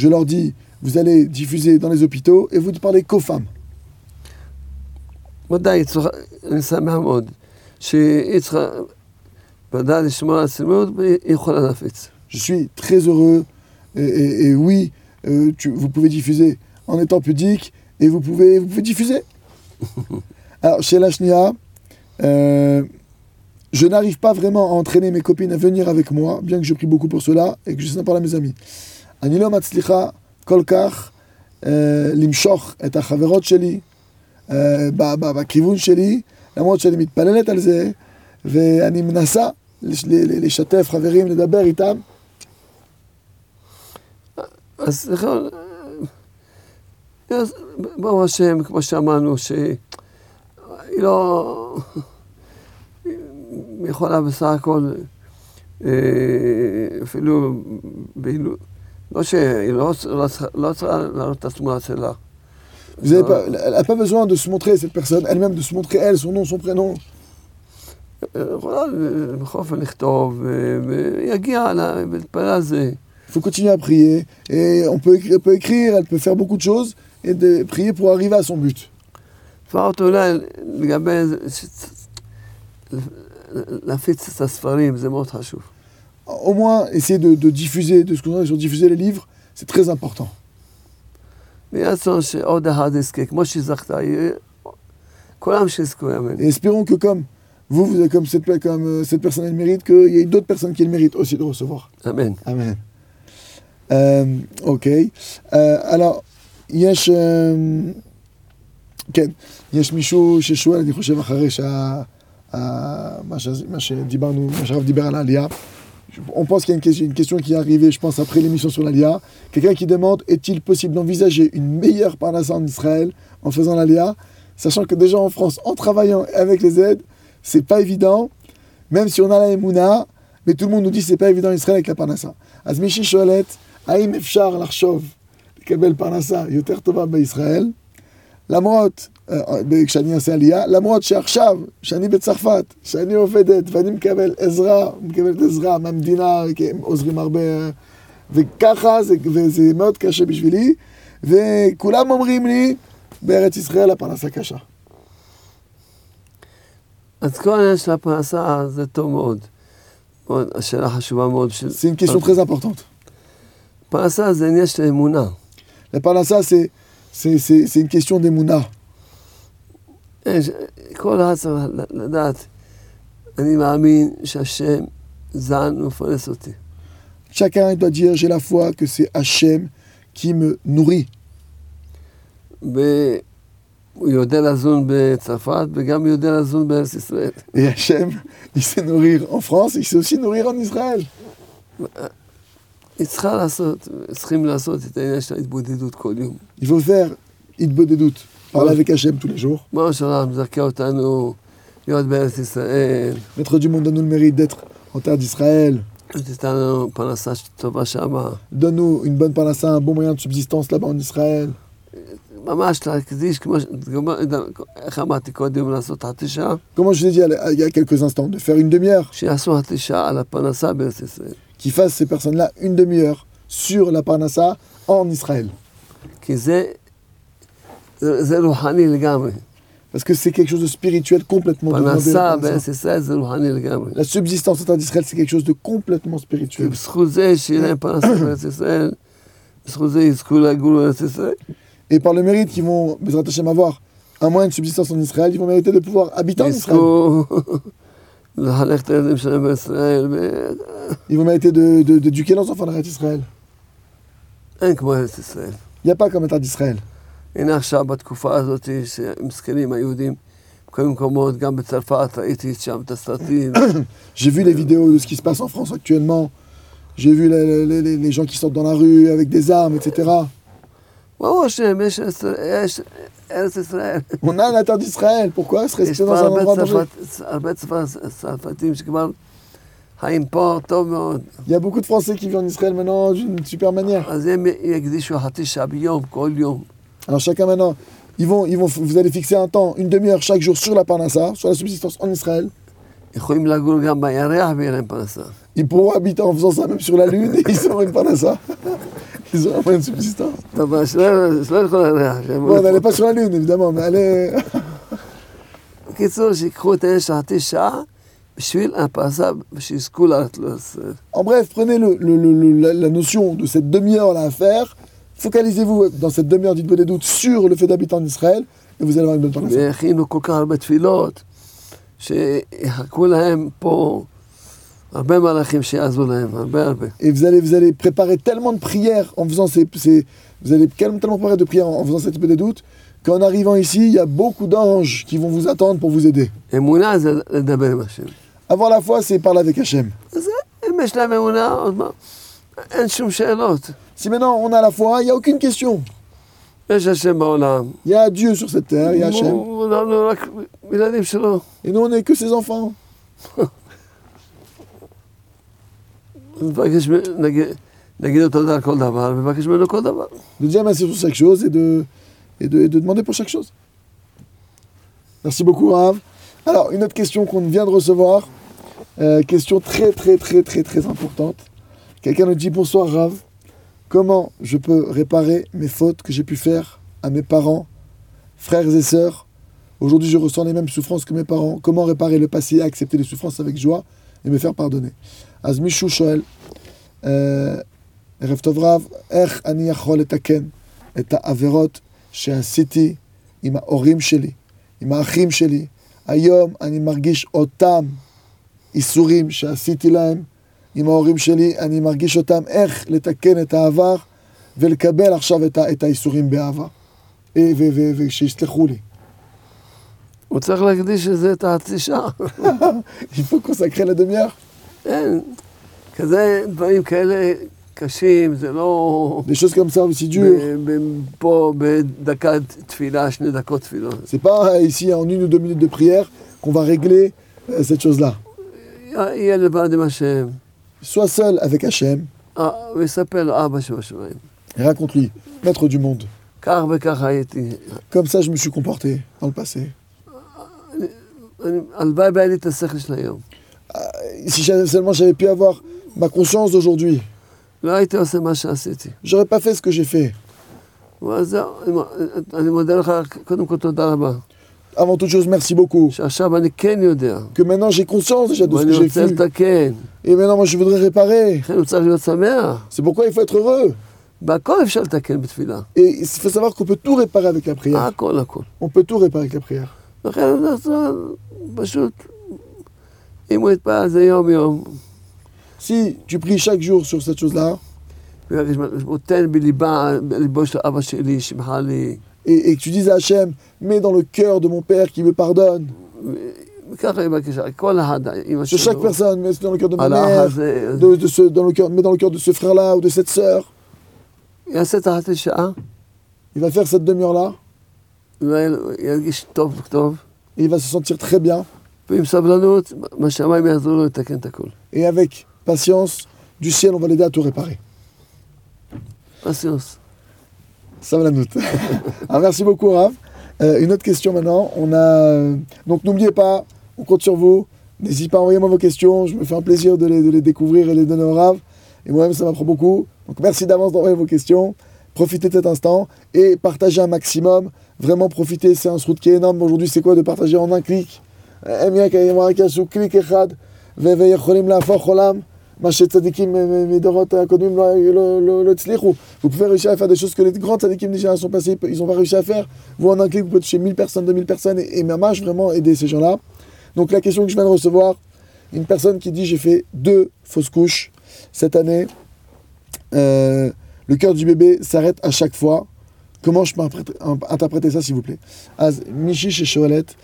[SPEAKER 2] je leur dis, vous allez diffuser dans les hôpitaux et vous ne parlez qu'aux femmes.
[SPEAKER 3] ודאי, היא צריכה, אני שמח מאוד, שהיא צריכה, ודאי לשמור על הצניעות, והיא היא יכולה להפיץ.
[SPEAKER 2] Je suis très heureux. Et, et- et oui, euh, tu- vous pouvez diffuser en étant pudique et vous pouvez, vous pouvez diffuser. Alors, chez Lachnia, euh, je n'arrive pas vraiment à entraîner mes copines à venir avec moi, bien que je prie beaucoup pour cela et que je sens par là mes amis. אני לא מצליחה כל כך אה, למשוך את החברות שלי אה, ב- ב- בכיוון שלי, למרות שאני מתפללת על זה, ואני מנסה לש- ל- ל- לשתף חברים, לדבר איתם,
[SPEAKER 3] אז נכון, אה, אז ברוך השם, כמו שאמרנו, שהיא לא... היא יכולה בסך הכל, אה, אפילו, בעילו- לא שהיא לא צ- לא צריכה- לא צריכה להראות את התמונה שלה.
[SPEAKER 2] Vous avez
[SPEAKER 3] Euh.
[SPEAKER 2] pas- elle n'a pas besoin de se montrer, cette personne, elle-même, de se montrer, elle, son nom, son prénom.
[SPEAKER 3] היא יכולה בכל אופן לכתוב, אה, ויגיע, לה, ולהתפלל על זה.
[SPEAKER 2] Il faut continuer à prier. Et on peut, écrire, peut écrire, elle peut faire beaucoup de choses et de prier pour arriver à son but.
[SPEAKER 3] לפחות אולי לגבי זה, ש- להפיץ את הספרים, זה מאוד חשוב.
[SPEAKER 2] Au moins, essayer de, de diffuser, de ce qu'on a sur diffuser les livres, c'est très important.
[SPEAKER 3] ויהי רצון שעוד אחד יזכה, כמו שזכת, יהיה- כולם שיזכו, אמן.
[SPEAKER 2] Et espérons que comme vous, vous avez comme cette, pe- comme, euh, cette personne, elle mérite, qu'il y ait d'autres personnes qui le méritent aussi de recevoir.
[SPEAKER 3] אמן.
[SPEAKER 2] Amen. Euh, ok. Euh, alors, יש... אה, כן, יש מישהו ששואל, אני חושב, אחרי שה... ה- מה ש- מה שדיברנו, מה שהרב דיבר על העלייה. On pense qu'il y a une question, une question qui est arrivée, je pense, après l'émission sur l'Alia. Quelqu'un qui demande est-il possible d'envisager une meilleure parnassa en Israël en faisant l'Alia Sachant que déjà en France, en travaillant avec les aides, c'est pas évident. Même si on a la Emouna, mais tout le monde nous dit c'est pas évident en Israël avec la parnassa. אז מישהי שואלת, האם אפשר לחשוב לקבל פרנסה יותר טובה בישראל, למרות, אה, אה, כשאני עושה עלייה, למרות שעכשיו, שאני בצרפת, שאני עובדת ואני מקבל עזרה, מקבלת עזרה מהמדינה, כי הם עוזרים הרבה, אה, וככה, זה, וזה מאוד קשה בשבילי, וכולם אומרים לי, בארץ ישראל הפרנסה קשה.
[SPEAKER 3] אז כל העניין של הפרנסה זה טוב מאוד. מאוד, השאלה חשובה מאוד. של-
[SPEAKER 2] זה עם קישור חזרה פורטנט.
[SPEAKER 3] פרנסה זה עניין של אמונה.
[SPEAKER 2] לפרנסה זה... C'est, c'est, c'est une question d'émouna.
[SPEAKER 3] יש- כל אחד צריך ל- לדעת, אני מאמין שהשם זן מפרנס אותי.
[SPEAKER 2] Chacun doit dire, j'ai la foi que c'est Hachem qui me nourrit.
[SPEAKER 3] והוא יודע לזון בצרפת וגם יודע לזון בארץ ישראל.
[SPEAKER 2] Et Hachem, il sait nourrir en France, il sait aussi nourrir en Israël.
[SPEAKER 3] היא צריכה לעשות, צריכים לעשות את העניין של ההתבודדות כל יום.
[SPEAKER 2] Il faut faire Idbe des doutes, parler
[SPEAKER 3] Ouais.
[SPEAKER 2] avec Hachem tous les jours.
[SPEAKER 3] מה שלום מזכה אותנו להיות בארץ ישראל,
[SPEAKER 2] Maître du monde, donne-nous le mérite d'être en terre d'Israël.
[SPEAKER 3] לתת לנו פרנסה טובה שמה.
[SPEAKER 2] Donne-nous une bonne panassa, un bon moyen de subsistance là-bas en Israël.
[SPEAKER 3] ממש להקדיש, כמו ש... איך אמרתי קודם, לעשות חצי שעה,
[SPEAKER 2] Comment je l'ai dit à la- à- il y a quelques instants, de faire une demi-heure,
[SPEAKER 3] שיעשו חצי שעה על הפרנסה בארץ ישראל.
[SPEAKER 2] qui fassent ces personnes-là une demi-heure sur la parnassa en Israël.
[SPEAKER 3] כי זה, זה, זה רוחני לגמרי.
[SPEAKER 2] Parce que c'est quelque chose de spirituel complètement de demander la
[SPEAKER 3] פרנסה
[SPEAKER 2] parnassa.
[SPEAKER 3] בארץ ישראל זה רוחני לגמרי.
[SPEAKER 2] La subsistance en terre d'Israël, c'est quelque chose de complètement
[SPEAKER 3] כי
[SPEAKER 2] spirituel.
[SPEAKER 3] בזכות זה שיהיה להם פרנסה בארץ ישראל, בזכות זה יזכו לגור בארץ ישראל.
[SPEAKER 2] Et par le mérite qu'ils vont, Bezrat Hachem, avoir un moyen de subsistance en Israël, ils vont mériter de pouvoir habiter en Israël.
[SPEAKER 3] יזכו [LAUGHS] לחנך את הילדים שלהם בישראל,
[SPEAKER 2] Ils vont mériter de- de- d'éduquer leurs enfants en Eretz Israël.
[SPEAKER 3] ואין כמו ארץ ישראל.
[SPEAKER 2] Il n'y a pas comme état d'Israël.
[SPEAKER 3] הנה עכשיו, בתקופה הזאת, שמסכנים היהודים, בכל מקומות, גם בצרפת, ראיתי שם את הסרטים. [COUGHS]
[SPEAKER 2] J'ai vu les vidéos de ce qui se passe en France actuellement. J'ai vu les, les- les- les gens qui sortent dans la rue avec des armes, etc.
[SPEAKER 3] ברור שהם, יש יש ארץ ישראל.
[SPEAKER 2] On a un état d'Israël. Pourquoi se
[SPEAKER 3] יש
[SPEAKER 2] rester dans un
[SPEAKER 3] כבר
[SPEAKER 2] endroit
[SPEAKER 3] הרבה
[SPEAKER 2] dangereux
[SPEAKER 3] צרפת- הרבה צרפת- צרפתים שכבר חיים פה טוב מאוד.
[SPEAKER 2] Il y a beaucoup de Français qui vivent en Israël maintenant d'une super manière.
[SPEAKER 3] אז הם יקדישו חצי שעה ביום, כל יום.
[SPEAKER 2] Alors chacun maintenant, ils vont, ils vont, vous allez fixer un temps, une demi-heure chaque jour sur la parnassa, sur la subsistance en Israël.
[SPEAKER 3] יכולים לגור גם בירח ויהיה להם פרנסה.
[SPEAKER 2] Ils pourront habiter en faisant ça même sur la lune et ils auront une parnassa. [LAUGHS] Ils auront un moyen de subsistance.
[SPEAKER 3] טוב, אז לא שלא שלא ילכו לירח. שהם-
[SPEAKER 2] Bon, on n'allait pas sur la lune évidemment, mais allez...
[SPEAKER 3] בקיצור, שיקחו את האש חצי שעה בשביל לא הפרנסה, שיזכו לארץ ישראל.
[SPEAKER 2] En bref, prenez le, le- le- le- la, la notion de cette demi-heure là à faire. Focalisez-vous euh, dans cette demi-heure, dites-vous des doutes, sur le fait d'habiter en Israël et vous allez avoir une bonne parnassa.
[SPEAKER 3] והכינו כל כך הרבה תפילות, שיחכו להם פה הרבה מלאכים שיעזרו להם, הרבה הרבה.
[SPEAKER 2] Et vous allez, vous allez préparer tellement de prières en faisant ces, ces- vous allez tellement tellement préparer de prières en, en faisant cette peu des doutes qu'en arrivant ici, il y a beaucoup d'anges qui vont vous attendre pour vous aider.
[SPEAKER 3] אמונה זה לדבר עם השם.
[SPEAKER 2] Avoir la foi, c'est parler avec Hachem.
[SPEAKER 3] אז אם יש להם אמונה, עוד מה, אין שום שאלות.
[SPEAKER 2] Si maintenant on a la foi, il n'y a aucune question.
[SPEAKER 3] יש השם בעולם.
[SPEAKER 2] Il y a Dieu sur cette terre, il y a Hachem.
[SPEAKER 3] הוא- אנחנו רק ילדים שלו.
[SPEAKER 2] Et nous, on n'est que ses enfants.
[SPEAKER 3] אז נבקש, מ- נגיד- נגיד לו תודה על כל דבר, ונבקש ממנו כל דבר.
[SPEAKER 2] de dire merci sur chaque chose et de, et de, et de demander pour chaque chose. Merci beaucoup, Rav. Alors, une autre question qu'on vient de recevoir, euh, question très, très, très, très, très importante. Quelqu'un nous dit Bonsoir, Rav. Comment je peux réparer mes fautes que j'ai pu faire à mes parents, frères et sœurs, Aujourd'hui, je ressens les mêmes souffrances que mes parents. Comment réparer le passé et accepter les souffrances avec joie et me faire pardonner euh, אז מישהו שואל, אה, ערב טוב רב, איך אני יכול לתקן את העבירות שעשיתי עם ההורים שלי, עם האחים שלי? היום אני מרגיש אותם איסורים שעשיתי להם עם ההורים שלי, אני מרגיש אותם איך לתקן את העבר ולקבל עכשיו את, ה- את האיסורים באהבה. אה, ו- ו- ושיסלחו לי. [LAUGHS]
[SPEAKER 3] הוא צריך להקדיש לזה את החצי שעה. [LAUGHS]
[SPEAKER 2] Il faut consacrer la demi-heure.
[SPEAKER 3] אין, כזה, דברים כאלה קשים, זה לא...
[SPEAKER 2] Des choses comme ça aussi dures.
[SPEAKER 3] ב- ב- פה בדקה תפילה, שני דקות תפילות.
[SPEAKER 2] C'est pas euh, ici en une ou deux minutes de prière qu'on va régler euh, cette chose-là.
[SPEAKER 3] יהיה לבד עם השם,
[SPEAKER 2] Sois seul avec Hachem
[SPEAKER 3] אה, ויספר לו אבא שבשמיים.
[SPEAKER 2] et raconte-lui, maître du monde,
[SPEAKER 3] כך וכך הייתי.
[SPEAKER 2] comme ça je me suis comporté dans le passé.
[SPEAKER 3] אני- הלוואי והיה לי את השכל של היום.
[SPEAKER 2] Si j'avais- seulement j'avais pu avoir ma conscience d'aujourd'hui,
[SPEAKER 3] לא הייתי עושה מה שעשיתי.
[SPEAKER 2] j'aurais pas fait ce que j'ai fait.
[SPEAKER 3] אז זהו, אני מ- אני מודה לך, קודם כל תודה רבה.
[SPEAKER 2] Avant toute chose, merci beaucoup.
[SPEAKER 3] שעכשיו אני כן יודע,
[SPEAKER 2] Que maintenant j'ai conscience déjà de ce
[SPEAKER 3] ואני
[SPEAKER 2] que j'ai
[SPEAKER 3] רוצה
[SPEAKER 2] fait.
[SPEAKER 3] לתקן.
[SPEAKER 2] Et maintenant moi je voudrais réparer.
[SPEAKER 3] לכן הוא צריך להיות שמח.
[SPEAKER 2] C'est pourquoi il faut être heureux.
[SPEAKER 3] והכל אפשר לתקן בתפילה.
[SPEAKER 2] Et il faut savoir qu'on peut tout réparer avec la prière.
[SPEAKER 3] הכל, הכל.
[SPEAKER 2] On peut tout réparer avec la prière.
[SPEAKER 3] לכן אנחנו פשוט, אם הוא יתפעל זה יום-יום,
[SPEAKER 2] Si tu pries chaque jour sur cette chose-là,
[SPEAKER 3] הוא ירגיש, הוא תן בליבה, בליבו של אבא שלי, שמחה לי,
[SPEAKER 2] et, et que tu dises à Hachem, mets dans le cœur de mon Père qui me pardonne.
[SPEAKER 3] וככה יבקש, כל אחד, אמא
[SPEAKER 2] Sur chaque
[SPEAKER 3] שלו,
[SPEAKER 2] personne, mets dans le cœur de ma
[SPEAKER 3] על האח
[SPEAKER 2] mère,
[SPEAKER 3] הזה, אז
[SPEAKER 2] de, de ce, dans le cœur, mets dans le cœur de ce frère-là ou de cette sœur.
[SPEAKER 3] יעשה את החצי שעה,
[SPEAKER 2] Il va faire cette demi-heure-là,
[SPEAKER 3] וירגיש טוב טוב,
[SPEAKER 2] et il va se sentir très bien.
[SPEAKER 3] ועם סבלנות, מהשמיים יעזרו לו לתקן את הכול.
[SPEAKER 2] Et avec patience, du ciel, on va l'aider à tout réparer.
[SPEAKER 3] פסיוס.
[SPEAKER 2] Ça va la note. [LAUGHS] Alors, merci beaucoup, Rav. Euh, une autre question maintenant. On a... euh, Donc, n'oubliez pas, on compte sur vous. N'hésitez pas à envoyer moi vos questions. Je me fais un plaisir de les, de les découvrir et les donner au Rav. Et moi-même, ça m'apprend beaucoup. Donc, merci d'avance d'envoyer vos questions. Profitez de cet instant et partagez un maximum. Vraiment, profitez. C'est un srout qui est énorme. Aujourd'hui, c'est quoi de partager en un clic הם יקיימו רק יעשו קליק אחד ו- ויכולים להפוך עולם, מה שצדיקים אה, אה, מדורות הקודמים לא, לא, לא, לא הצליחו. Vous pouvez réussir à faire des choses que les grands tzadikim déjà sont passés, ils ont pas réussi à faire. Vous en un clic, vous pouvez toucher 1000 personnes, 2000 personnes et, et mamache, vraiment aider ces gens-là. Donc la question que je viens de recevoir, une personne qui dit j'ai fait deux fausses couches cette année, Euh, le cœur du bébé s'arrête à chaque fois. Comment je peux interpréter- interpréter ça, s'il vous plaît Ah, אז מישהי ששואלת,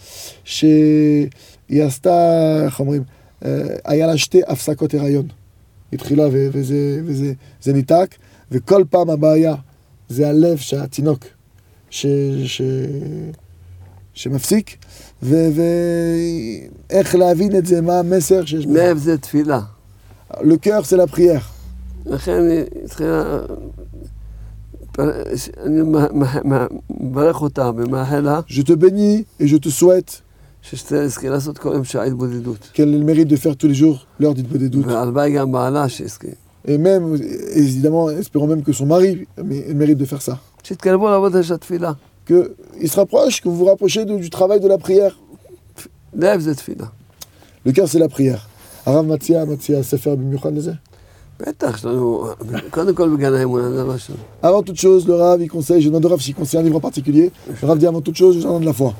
[SPEAKER 2] שהיא עשתה, איך אומרים, אה, היה לה שתי הפסקות הריון. התחילה ו- וזה, וזה זה ניתק, וכל פעם הבעיה זה הלב של התינוק ש, ש, שמפסיק, ואיך להבין את זה, מה המסר שיש בזה.
[SPEAKER 3] לב זה תפילה.
[SPEAKER 2] לקר זה לפרייר.
[SPEAKER 3] לכן היא התחילה... אני מ- מ- מברך אותה ומאחל לה
[SPEAKER 2] Je te bénis et je te souhaite
[SPEAKER 3] שתזכה לעשות כל יום שעה התבודדות.
[SPEAKER 2] qu'elle ait le mérite de faire tous les jours l'heure d'Itbodedut.
[SPEAKER 3] והלוואי גם בעלה שיזכה.
[SPEAKER 2] Et même, évidemment, espérons même que son mari mais, elle mérite de faire ça.
[SPEAKER 3] שיתקרבו לעבודה של התפילה.
[SPEAKER 2] qu'il se rapproche, que vous vous rapprochez de- du travail de la prière.
[SPEAKER 3] לב זה תפילה.
[SPEAKER 2] Le cœur, c'est la prière. הרב מציע, מציע ספר במיוחד לזה.
[SPEAKER 3] בטח, יש לנו... קודם כל בגן האמונה זה לא משהו.
[SPEAKER 2] Avant toute chose, le Rav, il conseille, je donne au Rav s'il conseille un livre en particulier, le Rav dit avant toute chose, je donne de la foi.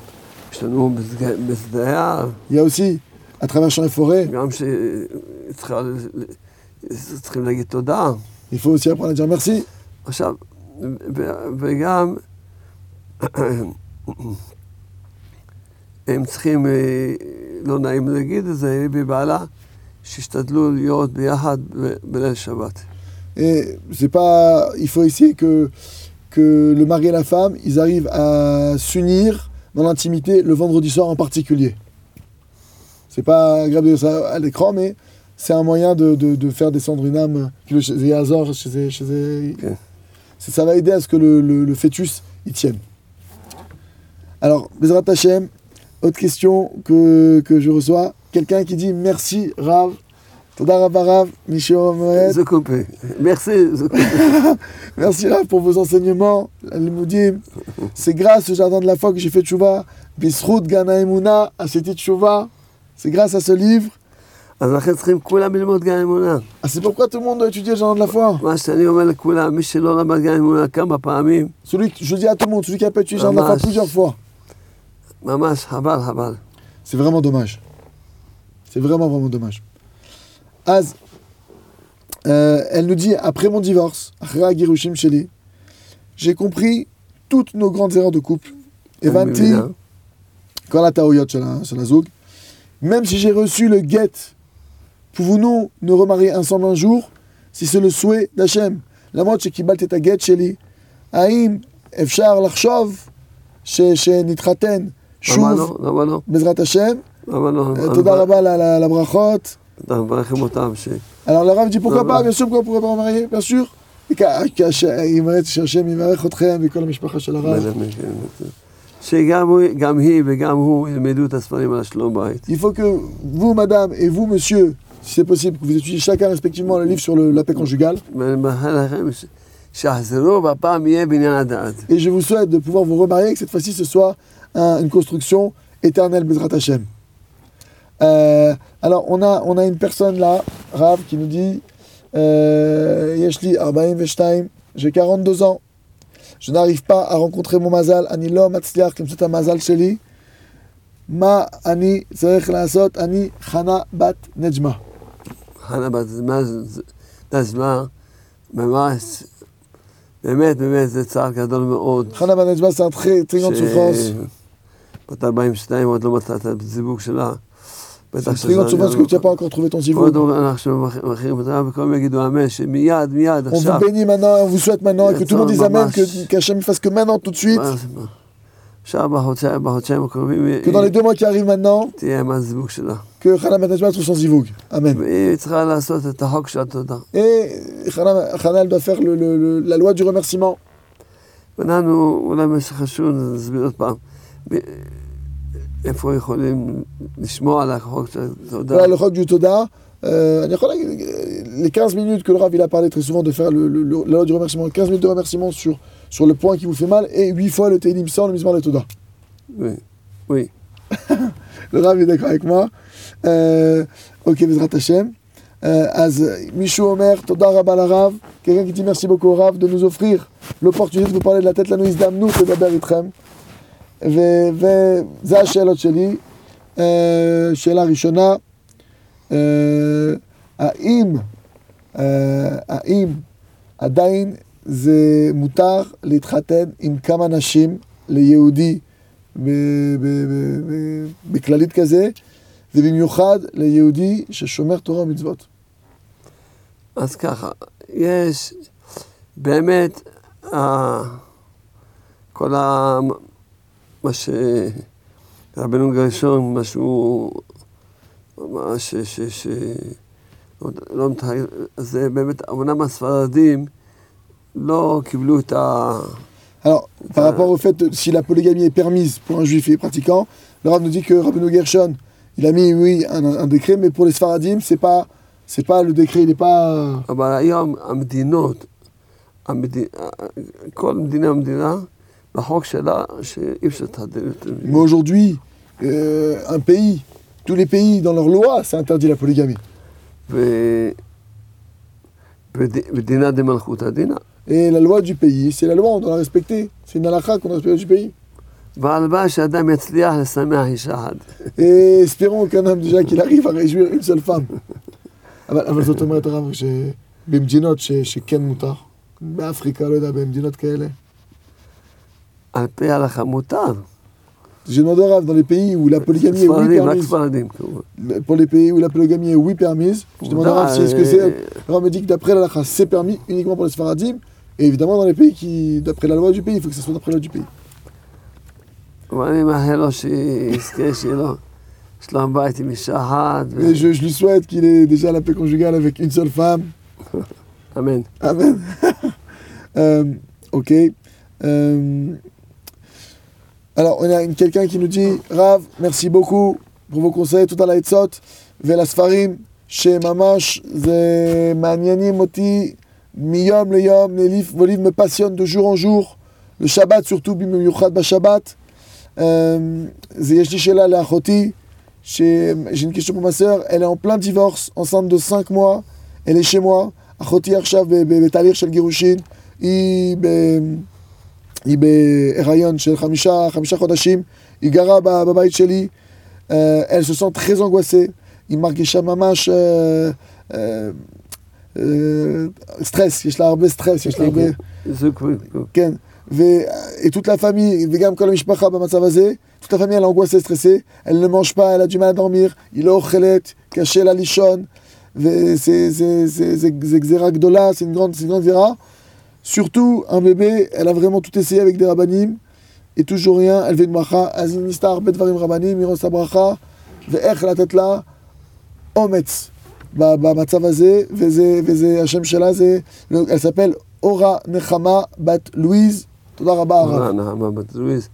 [SPEAKER 3] יש לנו בשדה- בשדה ההר,
[SPEAKER 2] Il y a aussi, à travers champs et forêts,
[SPEAKER 3] גם שצריכה... ל- צריכים להגיד תודה.
[SPEAKER 2] il faut aussi apprendre à dire merci.
[SPEAKER 3] עכשיו, ו- וגם הם צריכים, אה, לא נעים להגיד את זה, היא ובעלה, שישתדלו להיות ביחד ב- בליל שבת.
[SPEAKER 2] Et c'est pas, il faut essayer que, que le mari et la femme, ils arrivent à s'unir dans l'intimité le vendredi soir en particulier. C'est pas agréable de dire ça à l'écran, mais c'est un moyen de, de- de faire euh, descendre une âme chez les Hazor, chez les- chez les-
[SPEAKER 3] Ok.
[SPEAKER 2] C'est- Ça va aider à ce que le, le- le fœtus y tienne. Alors, Bezrat Hashem, autre question que, que je reçois. Quelqu'un qui dit merci Rav, תודה רבה רב, מישהו מועד.
[SPEAKER 3] Zokopé. Merci, Zokopé.
[SPEAKER 2] Merci Rav pour vos enseignements, Moudim. C'est grâce au jardin de la foi que j'ai fait tchouva. Bisrout Gana Emouna, à cette tchouva. C'est grâce à ce livre.
[SPEAKER 3] אז לכן צריכים כולם ללמוד גן אמונה.
[SPEAKER 2] Ah, c'est pourquoi tout le monde doit étudier le jardin de la foi.
[SPEAKER 3] מה שאני אומר לכולם, מי שלא למד גן אמונה כמה פעמים,
[SPEAKER 2] Celui, que- je dis à tout le monde, celui qui a pas étudié le jardin de la foi
[SPEAKER 3] Dommage.
[SPEAKER 2] plusieurs fois.
[SPEAKER 3] ממש חבל, חבל.
[SPEAKER 2] C'est vraiment dommage. C'est vraiment, vraiment dommage. Az, euh, elle nous dit, après mon divorce, Ra Girushim Sheli, j'ai compris toutes nos grandes erreurs de couple. Et
[SPEAKER 3] אני אה?
[SPEAKER 2] Vanti,
[SPEAKER 3] מבינה.
[SPEAKER 2] quand la taoyot של ה- של הזוג, même si j'ai reçu le guet, pouvons-nous nous remarier ensemble un jour, si c'est le souhait d'Hachem? למרות שקיבלתי את הגט שלי, האם אפשר לחשוב ש, שנתחתן
[SPEAKER 3] למה
[SPEAKER 2] שוב
[SPEAKER 3] לא? למה לא?
[SPEAKER 2] בעזרת השם?
[SPEAKER 3] למה לא?
[SPEAKER 2] Euh, תודה רבה ל- ל- לברכות.
[SPEAKER 3] אנחנו מברכים אותם, ש-
[SPEAKER 2] Alors le Rav dit pourquoi
[SPEAKER 3] Voilà.
[SPEAKER 2] pas, bien sûr, pourquoi, pourquoi pas remarier, bien sûr. שהשם יברך אתכם וכל המשפחה של הרב.
[SPEAKER 3] אה. שגם הוא- גם היא וגם הוא ילמדו את הספרים על שלום בית.
[SPEAKER 2] Il faut que vous, madame, et vous, monsieur, si c'est possible, que vous étudiez chacun respectivement le livre sur le- la paix conjugale.
[SPEAKER 3] ואני מאחל לכם ש- שיחזרו, והפעם יהיה בניין הדעת.
[SPEAKER 2] Et je vous souhaite de pouvoir vous remarier, que cette fois-ci, ce soit un- une construction éternelle, Bezrat Hashem. Euh, alors, on a, on a une personne là, Rav, qui nous dit euh, Yeshli Arbaim Veshtaim, j'ai 42 ans. Je n'arrive pas à rencontrer mon mazal. Ani lo matzliach limsot mazal sheli. Ma ani tzarech לעשות? ani Chana bat Nejma.
[SPEAKER 3] חנה בת זמן, ז- נזמה, ממש, באמת, באמת, זה צער גדול מאוד.
[SPEAKER 2] Chana bat Nejma, c'est un très très grande souffrance.
[SPEAKER 3] בת 42 עוד לא מצאה את הזיווג שלה.
[SPEAKER 2] C'est
[SPEAKER 3] בטח לא-
[SPEAKER 2] une très grande souffrance que tu n'as pas encore trouvé ton zivou.
[SPEAKER 3] עוד אנחנו מכירים אותה, וכולם יגידו אמן, שמיד, מיד,
[SPEAKER 2] On vous
[SPEAKER 3] עכשיו.
[SPEAKER 2] bénit maintenant, on vous souhaite maintenant, et que tout le monde dise Amen, que- qu'Hachem fasse que maintenant, tout de suite,
[SPEAKER 3] מה- מה- עכשיו, בחודשיים- בחודשיים הקרובים,
[SPEAKER 2] que dans les
[SPEAKER 3] היא-
[SPEAKER 2] deux mois qui arrivent maintenant,
[SPEAKER 3] תהיה עם הזיווג שלה.
[SPEAKER 2] que Chana Management trouve son zivoug. Amen.
[SPEAKER 3] והיא צריכה לעשות את החוק של התודה.
[SPEAKER 2] Et Chana, Chana, elle doit faire le- le- le- la loi du remerciement.
[SPEAKER 3] ואנחנו, אולי מה שחשוב, נסביר עוד פעם, ב- איפה יכולים לשמוע על החוק של התודה.
[SPEAKER 2] Voilà, le Chok du Toda. Euh, les 15 minutes que le Rav il a parlé très souvent de faire le- le- le- la loi du remerciement, 15 minutes de remerciement sur, sur le point qui vous fait mal, et 8 fois le Tehillim sans le misement de Toda.
[SPEAKER 3] Oui, oui.
[SPEAKER 2] Le Rav est d'accord avec moi. Euh, ok, Bezrat Hashem. Euh, Az, Michou Omer, Toda Rabba la Rav. Quelqu'un qui dit merci beaucoup au Rav de nous offrir l'opportunité de vous parler de la tête la nuit d'Amnou, de Daber Itrem. וזה השאלות שלי. אה, שאלה ראשונה, אה, האם, אה, האם עדיין זה מותר להתחתן עם כמה נשים ליהודי ב- ב- ב- ב- בכללית כזה, ובמיוחד ליהודי ששומר תורה ומצוות.
[SPEAKER 3] אז ככה, יש באמת, אה, כל ה... מה שרבנו גרשון, מה שהוא... מה ש... ש... ש... לא, לא מתחיל, זה באמת, אמנם הספרדים לא קיבלו את ה...
[SPEAKER 2] Alors, par
[SPEAKER 3] Euh,
[SPEAKER 2] rapport au fait de- si la polygamie est permise pour un juif et pratiquant, le Rav nous dit que Rabbeinu Gershon, il a mis, oui, un, un décret, mais pour les Sfaradim, c'est pas, c'est pas le décret, il n'est pas... euh,
[SPEAKER 3] אבל היום המדינות, המד... כל מדינה ומדינה, בחוק שלה, שאי אפשר להתהדר יותר. מזה.
[SPEAKER 2] Mais aujourd'hui, euh, un pays, tous les pays, dans leur loi, ça interdit la polygamie.
[SPEAKER 3] ו- וד- ודינא דמלכותא דינא.
[SPEAKER 2] Et la loi du pays, c'est la loi, on doit la respecter. C'est une halakha qu'on doit respecter du pays.
[SPEAKER 3] והלוואי שאדם יצליח לשמח אישה אחת.
[SPEAKER 2] Et espérons qu'un homme déjà qu'il arrive à réjouir une seule femme. [LAUGHS] אבל, אבל זאת אומרת, הרב, שבמדינות ש, שכן מותר, באפריקה, לא יודע, במדינות כאלה.
[SPEAKER 3] על פי הלכה מותר.
[SPEAKER 2] J'ai demandé au Rav, dans les pays où la polygamie est oui
[SPEAKER 3] ספרדים, רק
[SPEAKER 2] permise,
[SPEAKER 3] ספרדים כמובן.
[SPEAKER 2] pour les pays où la polygamie est oui permise, je demande au Rav si est-ce que c'est...
[SPEAKER 3] אה,
[SPEAKER 2] Le Rav me dit que d'après la halakha, c'est permis uniquement pour les sfaradim, et évidemment dans les pays qui... d'après la loi du pays, il faut que ça soit d'après la loi du pays.
[SPEAKER 3] ואני מאחל לו שיזכה שיהיה לו שלום בית עם אישה אחת. ו-
[SPEAKER 2] Mais je, je lui souhaite qu'il ait déjà la paix conjugale avec une seule femme,
[SPEAKER 3] אמן.
[SPEAKER 2] Amen. Ah, ben. [LAUGHS] Euh, ok. Euh, alors, on a une- quelqu'un qui nous dit Rav, merci beaucoup pour vos conseils, tout à la Hetzot, Velasfarim, שממש זה מעניינים אותי מיום ליום, les livres, vos livres me passionnent de jour en jour, le Shabbat surtout, במיוחד בשבת. Euh, זה- יש לי שאלה לאחותי, ש- j'ai une question pour ma sœur, elle est en plein divorce, enceinte de 5 mois, elle est chez moi, אחותי עכשיו ב- ב- בתהליך של גירושין, היא, ב... היא בהיריון של חמישה, חמישה חודשים, היא גרה ב- בבית שלי, Euh, elle se sent très angoissée, היא מרגישה ממש... אה, אה, euh, stress, יש לה הרבה סטרס, יש לה הרבה...
[SPEAKER 3] זוג פריקו.
[SPEAKER 2] כן. ותות לה פמי, וגם כל המשפחה במצב הזה, תות לה פמי על אנגואסה סטרסה, אל נמוש פא, אל הג'ימה לדרמיר, היא לא אוכלת, קשה לה לישון, וזה זה- זה- זה- זה גזירה גדולה, זה גרנד זה גרנד גזירה. Surtout, un bébé, elle a vraiment tout essayé avec des rabbinim, et toujours rien, elle veut une bracha, אז היא ניסתה הרבה דברים רבנים, היא רוצה ברכה, ואיך לתת לה אומץ ב- במצב הזה, וזה, וזה, השם שלה זה, elle s'appelle אורה נחמה בת לואיז, תודה רבה הרב.
[SPEAKER 3] נעמה בת לואיז,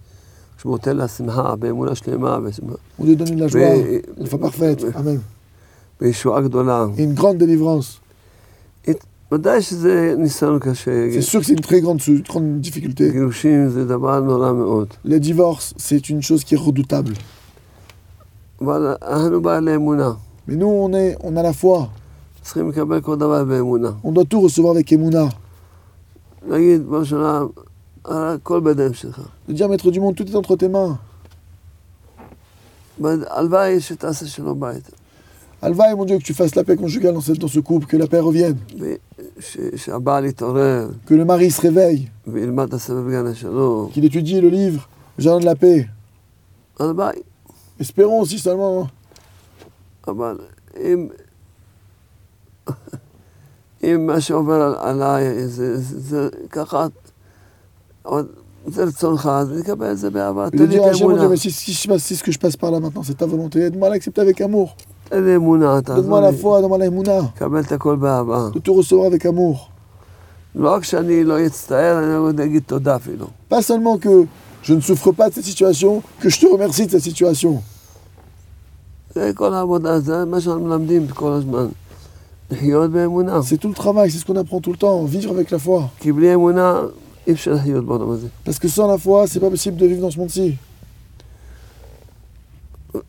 [SPEAKER 3] שמותן לה שמחה באמונה שלמה ו-
[SPEAKER 2] הוא דודון להשוואה,
[SPEAKER 3] ו-
[SPEAKER 2] לפתח ועת, אמן.
[SPEAKER 3] וישועה גדולה.
[SPEAKER 2] אין גרנד דליברנס.
[SPEAKER 3] ודאי שזה ניסיון קשה.
[SPEAKER 2] זה סוג של טרי גרנד סוד, גרנד דיפיקולטי.
[SPEAKER 3] גירושים זה דבר נורא מאוד.
[SPEAKER 2] לדיבורס, זה une chose qui est redoutable.
[SPEAKER 3] אבל אנחנו בעלי אמונה.
[SPEAKER 2] Mais nous, on est, on a la foi.
[SPEAKER 3] צריכים לקבל כל דבר באמונה.
[SPEAKER 2] On doit tout recevoir avec Emouna.
[SPEAKER 3] להגיד, בראש שלב, הכל בידיים שלך.
[SPEAKER 2] De dire, maître du monde, tout est entre tes mains.
[SPEAKER 3] אבל הלוואי שתעשה שלום בית.
[SPEAKER 2] Alva, mon Dieu, que tu fasses la paix conjugale dans, cette- dans ce couple, que la paix revienne,
[SPEAKER 3] וש- שהבעל יתעורר
[SPEAKER 2] que le mari se réveille,
[SPEAKER 3] וילמד את הסבב גן השלום.
[SPEAKER 2] qu'il étudie le livre, Jardin de la paix.
[SPEAKER 3] הלוואי.
[SPEAKER 2] Espérons aussi seulement. hein.
[SPEAKER 3] אבל אם... [LAUGHS] אם מה שעובר על- עליי, זה, זה, זה ככה, אבל זה רצונך, אז נקבל את זה באהבה.
[SPEAKER 2] Et
[SPEAKER 3] תן
[SPEAKER 2] de
[SPEAKER 3] לי
[SPEAKER 2] dire,
[SPEAKER 3] את
[SPEAKER 2] Hachem, ah, mon
[SPEAKER 3] האמונה.
[SPEAKER 2] Dieu, mais si, si je passe, si ce que je passe par là maintenant, c'est ta volonté, aide-moi à l'accepter avec amour.
[SPEAKER 3] תן לי אמונה,
[SPEAKER 2] Donne-moi
[SPEAKER 3] תעזור
[SPEAKER 2] la
[SPEAKER 3] לי.
[SPEAKER 2] foi, donne-moi la Emouna,
[SPEAKER 3] קבל את הכל באהבה.
[SPEAKER 2] de tout recevoir avec amour.
[SPEAKER 3] לא רק שאני לא אצטער, אני עוד אגיד תודה אפילו.
[SPEAKER 2] Pas seulement que je ne souffre pas de cette situation, que je te remercie de cette situation.
[SPEAKER 3] זה כל העבודה, זה מה שאנחנו מלמדים כל הזמן. לחיות באמונה.
[SPEAKER 2] C'est tout le travail, c'est ce qu'on apprend tout le temps, vivre avec la foi.
[SPEAKER 3] כי בלי אמונה אי אפשר לחיות בעולם הזה.
[SPEAKER 2] Parce que sans la foi, c'est pas possible de vivre dans ce monde-ci.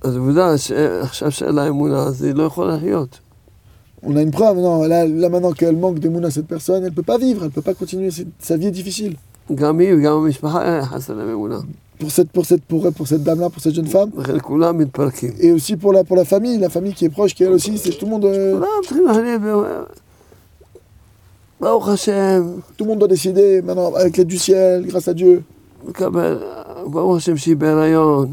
[SPEAKER 3] אז עובדה שעכשיו שאין לה אמונה, אז היא לא יכולה לחיות.
[SPEAKER 2] On a une preuve, non, là, là, maintenant qu'elle manque d'émouna, cette personne, elle peut pas vivre, elle peut pas continuer, c'est- sa vie est difficile.
[SPEAKER 3] גם היא וגם המשפחה אה, חסר להם אמונה.
[SPEAKER 2] Pour cette, pour cette, pour, pour cette dame-là, pour cette jeune femme,
[SPEAKER 3] לכן כולם מתפרקים.
[SPEAKER 2] et aussi pour la, pour la famille, la famille qui est proche, qui elle aussi, c'est tout le monde, euh,
[SPEAKER 3] כולם צריכים לחיות באמונה. ברוך השם,
[SPEAKER 2] tout le monde doit décider, maintenant, avec l'aide du ciel, grâce à Dieu,
[SPEAKER 3] מקבל, ברוך השם שהיא בהיריון.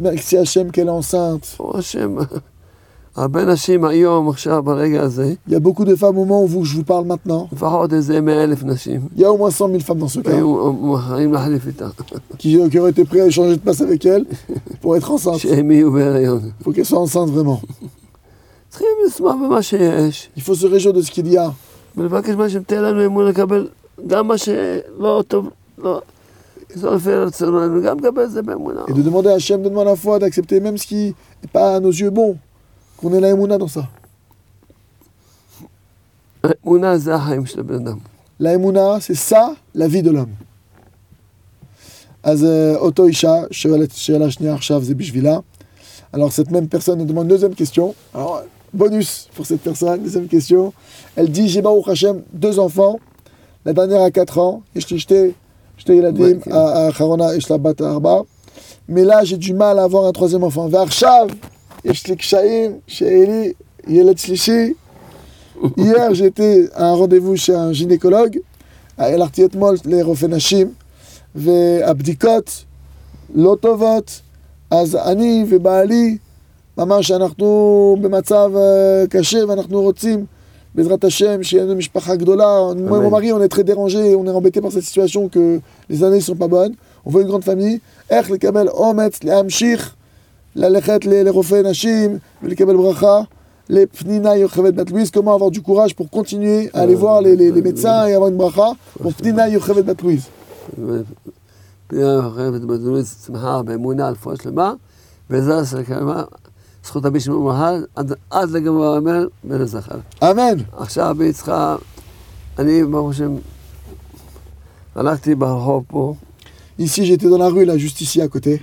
[SPEAKER 2] merci Hachem qu'elle est enceinte.
[SPEAKER 3] ברוך השם, [LAUGHS] הרבה נשים היום, עכשיו, ברגע הזה,
[SPEAKER 2] Il y a beaucoup de femmes au moment où vous- je vous parle maintenant.
[SPEAKER 3] לפחות איזה מאה אלף נשים.
[SPEAKER 2] Il y a au moins 100 000 femmes dans ce cas
[SPEAKER 3] היו מוכנים להחליף איתה,
[SPEAKER 2] qui, euh, qui auraient été prêtes à échanger de place avec elle pour être
[SPEAKER 3] [LAUGHS]
[SPEAKER 2] enceinte.
[SPEAKER 3] שהם יהיו בהיריון.
[SPEAKER 2] faut qu'elle soit enceinte vraiment.
[SPEAKER 3] צריכים לשמוח במה שיש,
[SPEAKER 2] Il faut se réjouir de ce qu'il y a.
[SPEAKER 3] ולבקש מה שתהיה לנו אמון לקבל גם מה שלא טוב, לא, זה לפי רצוננו, גם לקבל את זה באמונה.
[SPEAKER 2] Et de demander à Hachem, donne-moi la foi, d'accepter même ce qui n'est pas à nos yeux bon. Qu'on ait la émouna dans ça.
[SPEAKER 3] האמונה זה החיים של הבן אדם.
[SPEAKER 2] La émouna, c'est ça, la vie de l'homme. אז, euh, אותו אישה, שואלת שאלה שנייה עכשיו, זה בשבילה. Alors, cette même personne nous demande une deuxième question. Alors, bonus pour cette personne, deuxième question. Elle dit, j'ai Baruch Hashem deux enfants. La dernière à 4 ans. Et je t'ai jeté, jeté
[SPEAKER 3] Ouais,
[SPEAKER 2] Yeladim
[SPEAKER 3] ok.
[SPEAKER 2] à à Harona et je la batte à Arba. Mais là, j'ai du mal à avoir un troisième enfant. ועכשיו, יש לי קשיים, שאלי, ילד שלישי. Hier, j'étais à un rendez-vous chez un gynécologue. הלכתי אתמול לרופא נשים, והבדיקות לא טובות, אז אני ובעלי, ממש אנחנו במצב אה, קשה ואנחנו רוצים, בעזרת השם, שיהיה לנו משפחה גדולה. Moi, mon mari, on est très dérangé, on est embêté par cette situation que les années sont pas bonnes, on veut une grande famille. איך לקבל אומץ להמשיך ללכת ל- לרופא נשים ולקבל ברכה. Les Pnina Yochevet Bat Louise, comment avoir du courage pour continuer à aller
[SPEAKER 3] Euh,
[SPEAKER 2] voir les, les- les
[SPEAKER 3] euh,
[SPEAKER 2] médecins et avoir une bracha pour Pnina Yochevet Bat Louise.
[SPEAKER 3] פנייה חייבת בדורית צמחה באמונה על רפואה שלמה, בעזרה שלמה, זכות אבי שמעון ומחל, עד, עד לגמרי האמן בן הזכר.
[SPEAKER 2] אמן.
[SPEAKER 3] עכשיו אבי יצחק, אני ברוך השם, הלכתי ברחוב פה,
[SPEAKER 2] Ici, j'étais dans la rue, là, juste ici à côté.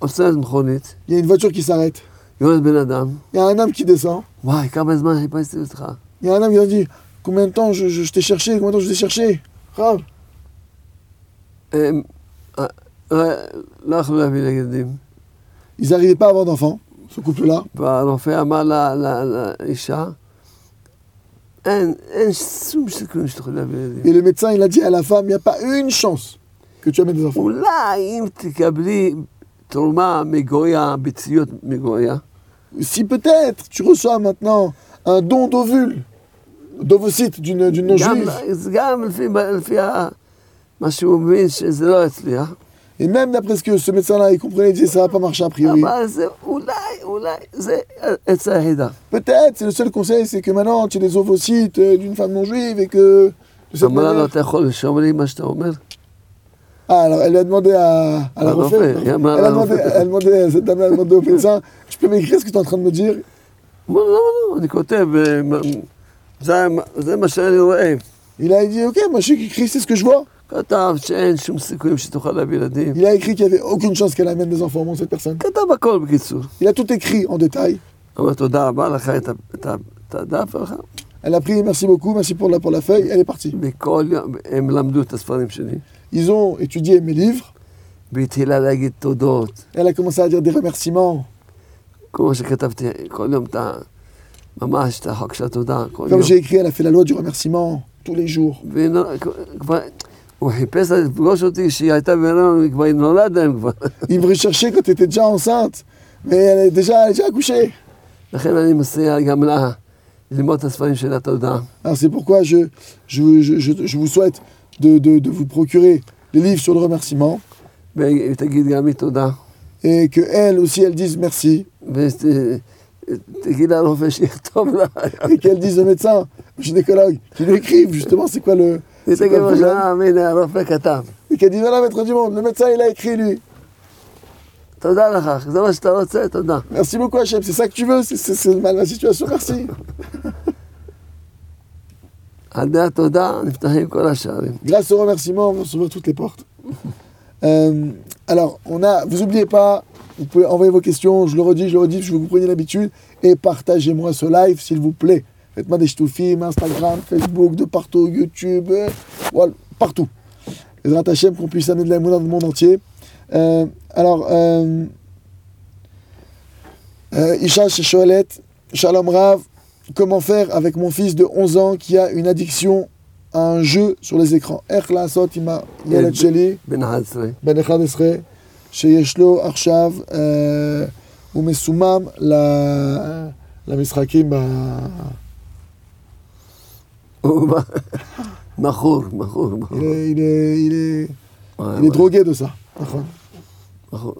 [SPEAKER 3] עוצרת מכונית,
[SPEAKER 2] Il y a une voiture qui s'arrête.
[SPEAKER 3] יורד בן אדם,
[SPEAKER 2] Il y a un homme qui descend.
[SPEAKER 3] וואי, כמה זמן חיפשתי אותך.
[SPEAKER 2] Il y a un homme qui leur dit Combien de temps je, je- je t'ai cherché Combien de temps je t'ai cherché Rav.
[SPEAKER 3] אה, אה, לא- לא יכלו להביא לילדים.
[SPEAKER 2] Ils n'arrivaient pas à avoir d'enfants, ce couple-là.
[SPEAKER 3] והרופא אמר לה- לה- לאישה, אין, אין שום סיכוי שתוכלי להביא ילדים.
[SPEAKER 2] Et le médecin, il a dit à la femme Il n'y a pas une chance que tu amènes des enfants.
[SPEAKER 3] אולי אם תקבלי תרומה מגויה, ביציות מגויה,
[SPEAKER 2] Si peut-être tu reçois maintenant un don d'ovule, d'ovocyte d'une d'une
[SPEAKER 3] גם,
[SPEAKER 2] non-juive,
[SPEAKER 3] זה גם לפי, לפי ה, מה שהוא מבין שזה לא יצליח,
[SPEAKER 2] et même d'après ce que ce médecin-là, il comprenait, il disait ça va pas marcher a priori.
[SPEAKER 3] אבל זה אולי, אולי, זה עץ היחידה.
[SPEAKER 2] Peut-être, c'est le seul conseil, c'est que maintenant tu as des ovocytes euh, d'une femme non-juive et que. de cette
[SPEAKER 3] אמרה לו,
[SPEAKER 2] manière-
[SPEAKER 3] אתה יכול לשאול לי מה שאתה אומר?
[SPEAKER 2] Ah, alors elle a demandé à, à la
[SPEAKER 3] Alors,
[SPEAKER 2] refaire.
[SPEAKER 3] elle a
[SPEAKER 2] Elle a demandé, elle a demandé à cette dame-là, elle a demandé au médecin Tu peux m'écrire ce que tu es en train de me dire
[SPEAKER 3] אמר, לא, לא, אני כותב, אה, מה- זה, זה מה שאני רואה.
[SPEAKER 2] Il a dit Ok, moi je sais qu'écrit, c'est ce que je vois.
[SPEAKER 3] כתב שאין שום סיכויים שתוכל להביא ילדים.
[SPEAKER 2] Il a écrit qu'il n'y avait aucune chance qu'elle amène des enfants, bon, cette personne.
[SPEAKER 3] כתב הכל בקיצור.
[SPEAKER 2] Il a tout écrit en détail.
[SPEAKER 3] אמר תודה רבה לך את ה- את ה- את הדף לך.
[SPEAKER 2] Elle a pris merci beaucoup, merci pour la, pour la feuille, elle est partie.
[SPEAKER 3] וכל יום הם למדו את הספרים שלי.
[SPEAKER 2] Ils ont étudié mes livres,
[SPEAKER 3] והיא התחילה להגיד תודות.
[SPEAKER 2] elle a commencé à dire des remerciements,
[SPEAKER 3] כמו שכתבתי כל יום את ה... ממש את החוק של התודה. כל יום.
[SPEAKER 2] comme j'ai écrit, elle a fait la loi du remerciement tous les jours.
[SPEAKER 3] והיא כבר... הוא חיפש לפגוש אותי שהיא הייתה בהיריון, היא כבר היא נולד להם כבר. [LAUGHS]
[SPEAKER 2] Il me recherchait quand tu étais déjà enceinte, mais elle est déjà, elle est déjà accouchée.
[SPEAKER 3] לכן אני מסייע גם לה ללמוד את הספרים של התודה.
[SPEAKER 2] Alors c'est pourquoi je, je, je- je- je vous souhaite de, de- de vous procurer les livres sur le remerciement
[SPEAKER 3] והיא תגיד גם היא תודה.
[SPEAKER 2] et que elle aussi elle dise merci
[SPEAKER 3] ותגיד לרופא שיכתוב לה.
[SPEAKER 2] et qu'elle dise au médecin, au gynécologue, qu'il lui écrive justement c'est quoi le
[SPEAKER 3] היא
[SPEAKER 2] c'est quoi
[SPEAKER 3] תגיד
[SPEAKER 2] le
[SPEAKER 3] לו
[SPEAKER 2] problème.
[SPEAKER 3] שם, הנה הרופא כתב.
[SPEAKER 2] et qu'elle dise voilà maître du monde, le médecin il a écrit lui.
[SPEAKER 3] תודה לך, זה מה שאתה רוצה, תודה.
[SPEAKER 2] Merci beaucoup Hachem, c'est ça que tu veux, c'est- c'est c'est ma, ma situation, merci.
[SPEAKER 3] על ידי התודה נפתחים כל השערים.
[SPEAKER 2] Grâce au remerciement, on s'ouvre toutes les portes. Euh, alors, on a, vous oubliez pas, vous pouvez envoyer vos questions, je le redis, je le redis, je veux que vous preniez l'habitude, et partagez-moi ce live, s'il vous plaît. Faites-moi des ch'toufim, Instagram, Facebook, de partout, YouTube, euh, voilà, partout. Les rattachés qu'on puisse amener de la moulin dans le monde entier. Euh, alors, euh, euh, Isha chez Shoelet, Shalom Rav, comment faire avec mon fils de 11 ans qui a une addiction à un jeu sur les écrans איך לעשות עם הילד שלי
[SPEAKER 3] בן 11.
[SPEAKER 2] בן 11 Ben שיש לו עכשיו, אה, הוא מסומם ל- למשחקים ב-
[SPEAKER 3] הוא בא- מכור, מכור, מכור.
[SPEAKER 2] il est- il est- il est-
[SPEAKER 3] וואי,
[SPEAKER 2] il est
[SPEAKER 3] וואי,
[SPEAKER 2] drogué de ça, נכון.
[SPEAKER 3] מכור.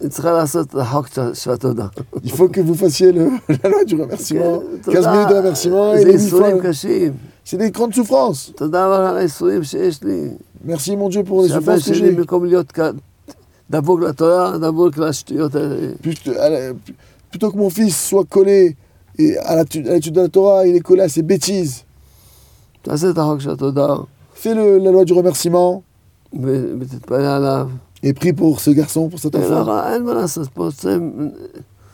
[SPEAKER 3] היא צריכה לעשות את החוק של- של התודה.
[SPEAKER 2] Il faut que vous fassiez le, [LAUGHS] la loi du remerciement,
[SPEAKER 3] כן,
[SPEAKER 2] 15 minutes de remerciement, et
[SPEAKER 3] זה
[SPEAKER 2] les mille
[SPEAKER 3] ייסורים
[SPEAKER 2] fois-
[SPEAKER 3] קשים.
[SPEAKER 2] c'est des grandes souffrances.
[SPEAKER 3] תודה רבה על הייסורים שיש לי.
[SPEAKER 2] Merci mon Dieu pour les
[SPEAKER 3] שהבן
[SPEAKER 2] souffrances que j'ai.
[SPEAKER 3] שלי במקום להיות כ- דבוק לתורה, דבוק לשטויות האלה.
[SPEAKER 2] Plutôt, à la- plutôt que mon fils soit collé et à la- à l'étude de la Torah, il est collé à ses bêtises.
[SPEAKER 3] תעשה את החוק של התודה,
[SPEAKER 2] Fais le- la loi du remerciement
[SPEAKER 3] ו- ותתפלא עליו.
[SPEAKER 2] et prie pour ce garçon, pour cet
[SPEAKER 3] אין
[SPEAKER 2] enfant.
[SPEAKER 3] לך- אין מה לעשות, פה צריכים,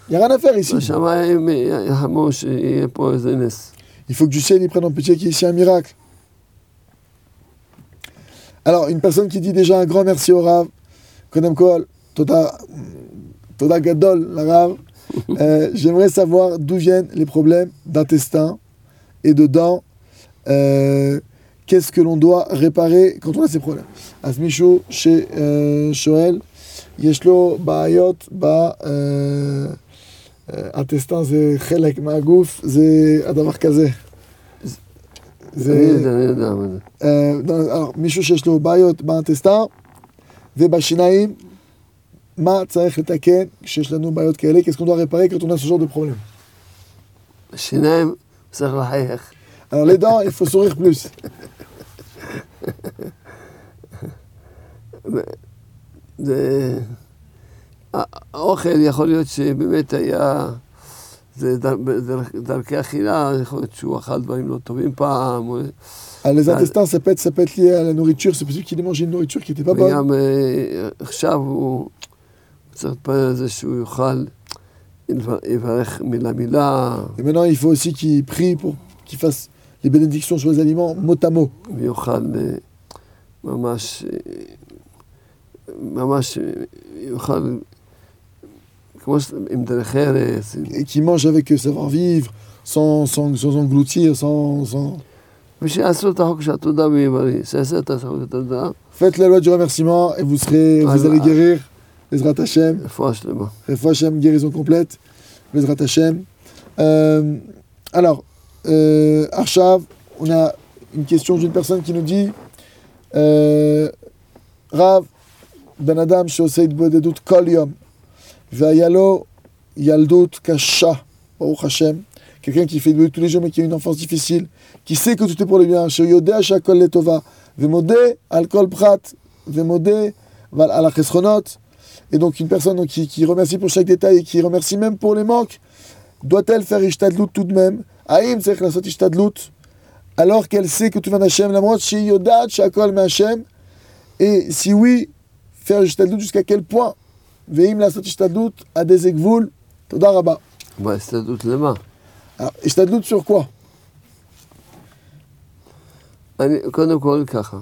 [SPEAKER 2] Il n'y a rien à faire ici.
[SPEAKER 3] בשמיים יחמו שיהיה פה איזה נס.
[SPEAKER 2] Il faut que du ciel, il prenne en pitié qu'il y ait ici un miracle. Alors, une personne qui dit déjà un grand merci au Rav, Kodem Kol, Toda, Toda Gadol, la Rav, Euh, j'aimerais savoir d'où viennent les problèmes d'intestin et de dents. Euh, Qu'est-ce que l'on doit réparer quand on a ces problèmes euh, אז מישהו ששואל, יש לו בעיות ב... אה, euh, הטסטן זה חלק מהגוף, זה הדבר כזה.
[SPEAKER 3] אני
[SPEAKER 2] זה...
[SPEAKER 3] יודע, אני יודע מה זה.
[SPEAKER 2] אה, לא, Euh, מישהו שיש לו בעיות באנטסטר ובשיניים, מה צריך לתקן כשיש לנו בעיות כאלה? כי סקונדו הרי פרק רטונה סוז'ור דה פרולם.
[SPEAKER 3] שיניים, צריך לחייך.
[SPEAKER 2] Alors les dents, il faut sourire plus.
[SPEAKER 3] זה... האוכל יכול להיות שבאמת היה, זה דר, בדרך- דרכי אכילה, יכול להיות שהוא אכל דברים לא טובים פעם, או-
[SPEAKER 2] Ah, les
[SPEAKER 3] Ah.
[SPEAKER 2] intestins, ça peut, être, ça peut être lié à la nourriture. C'est possible qu'il ait mangé une nourriture qui n'était pas bonne.
[SPEAKER 3] וגם אה, עכשיו הוא הוא צריך להתפלל על זה שהוא יאכל, יבר- יברך מילה מילה,
[SPEAKER 2] Et maintenant, il faut aussi qu'il prie pour qu'il fasse les bénédictions sur les aliments mot à mot.
[SPEAKER 3] ויאכל אה, ממש, אה, ממש אה, יאכל, כמו ש... עם דרך ארץ, עם-
[SPEAKER 2] Et qu'il mange avec euh, savoir-vivre, sans, sans, sans engloutir, sans, sans...
[SPEAKER 3] ושיעשו את החוק של התודה ויבריא, שיעשה את החוק של התודה,
[SPEAKER 2] Faites la loi du remerciement et vous, serez, vous
[SPEAKER 3] Voilà.
[SPEAKER 2] allez guérir. Ezrat Hashem.
[SPEAKER 3] רפואה שלמה.
[SPEAKER 2] Refoua Hashem, guérison complète. Bezrat Hashem. Euh, alors, euh, Arshav, on a une question d'une personne qui nous dit euh, Rav, Ben בן אדם שעושה התבודדות כל יום, והיה לו ילדות קשה, ברוך השם, quelqu'un qui fait tous les jours mais qui a une enfance difficile, qui sait que tout est pour le bien, שהוא יודע שהכל לטובה, ומודה על כל פרט, ומודה ועל, על החסכונות, et donc une personne donc, qui, qui remercie pour chaque détail et qui remercie même pour les manques, doit-elle faire ishtadlut tout de même Haïm צריך לעשות ishtadlut alors qu'elle sait que tout vient d'Hachem, למרות שהיא יודעת שהכל מהשם, et si oui, faire ishtadlut jusqu'à quel point ואם לעשות השתדלות עד איזה גבול? תודה רבה.
[SPEAKER 3] בהסתדרות למה?
[SPEAKER 2] Alors, השתדלות sur quoi
[SPEAKER 3] אני, קודם כל ככה,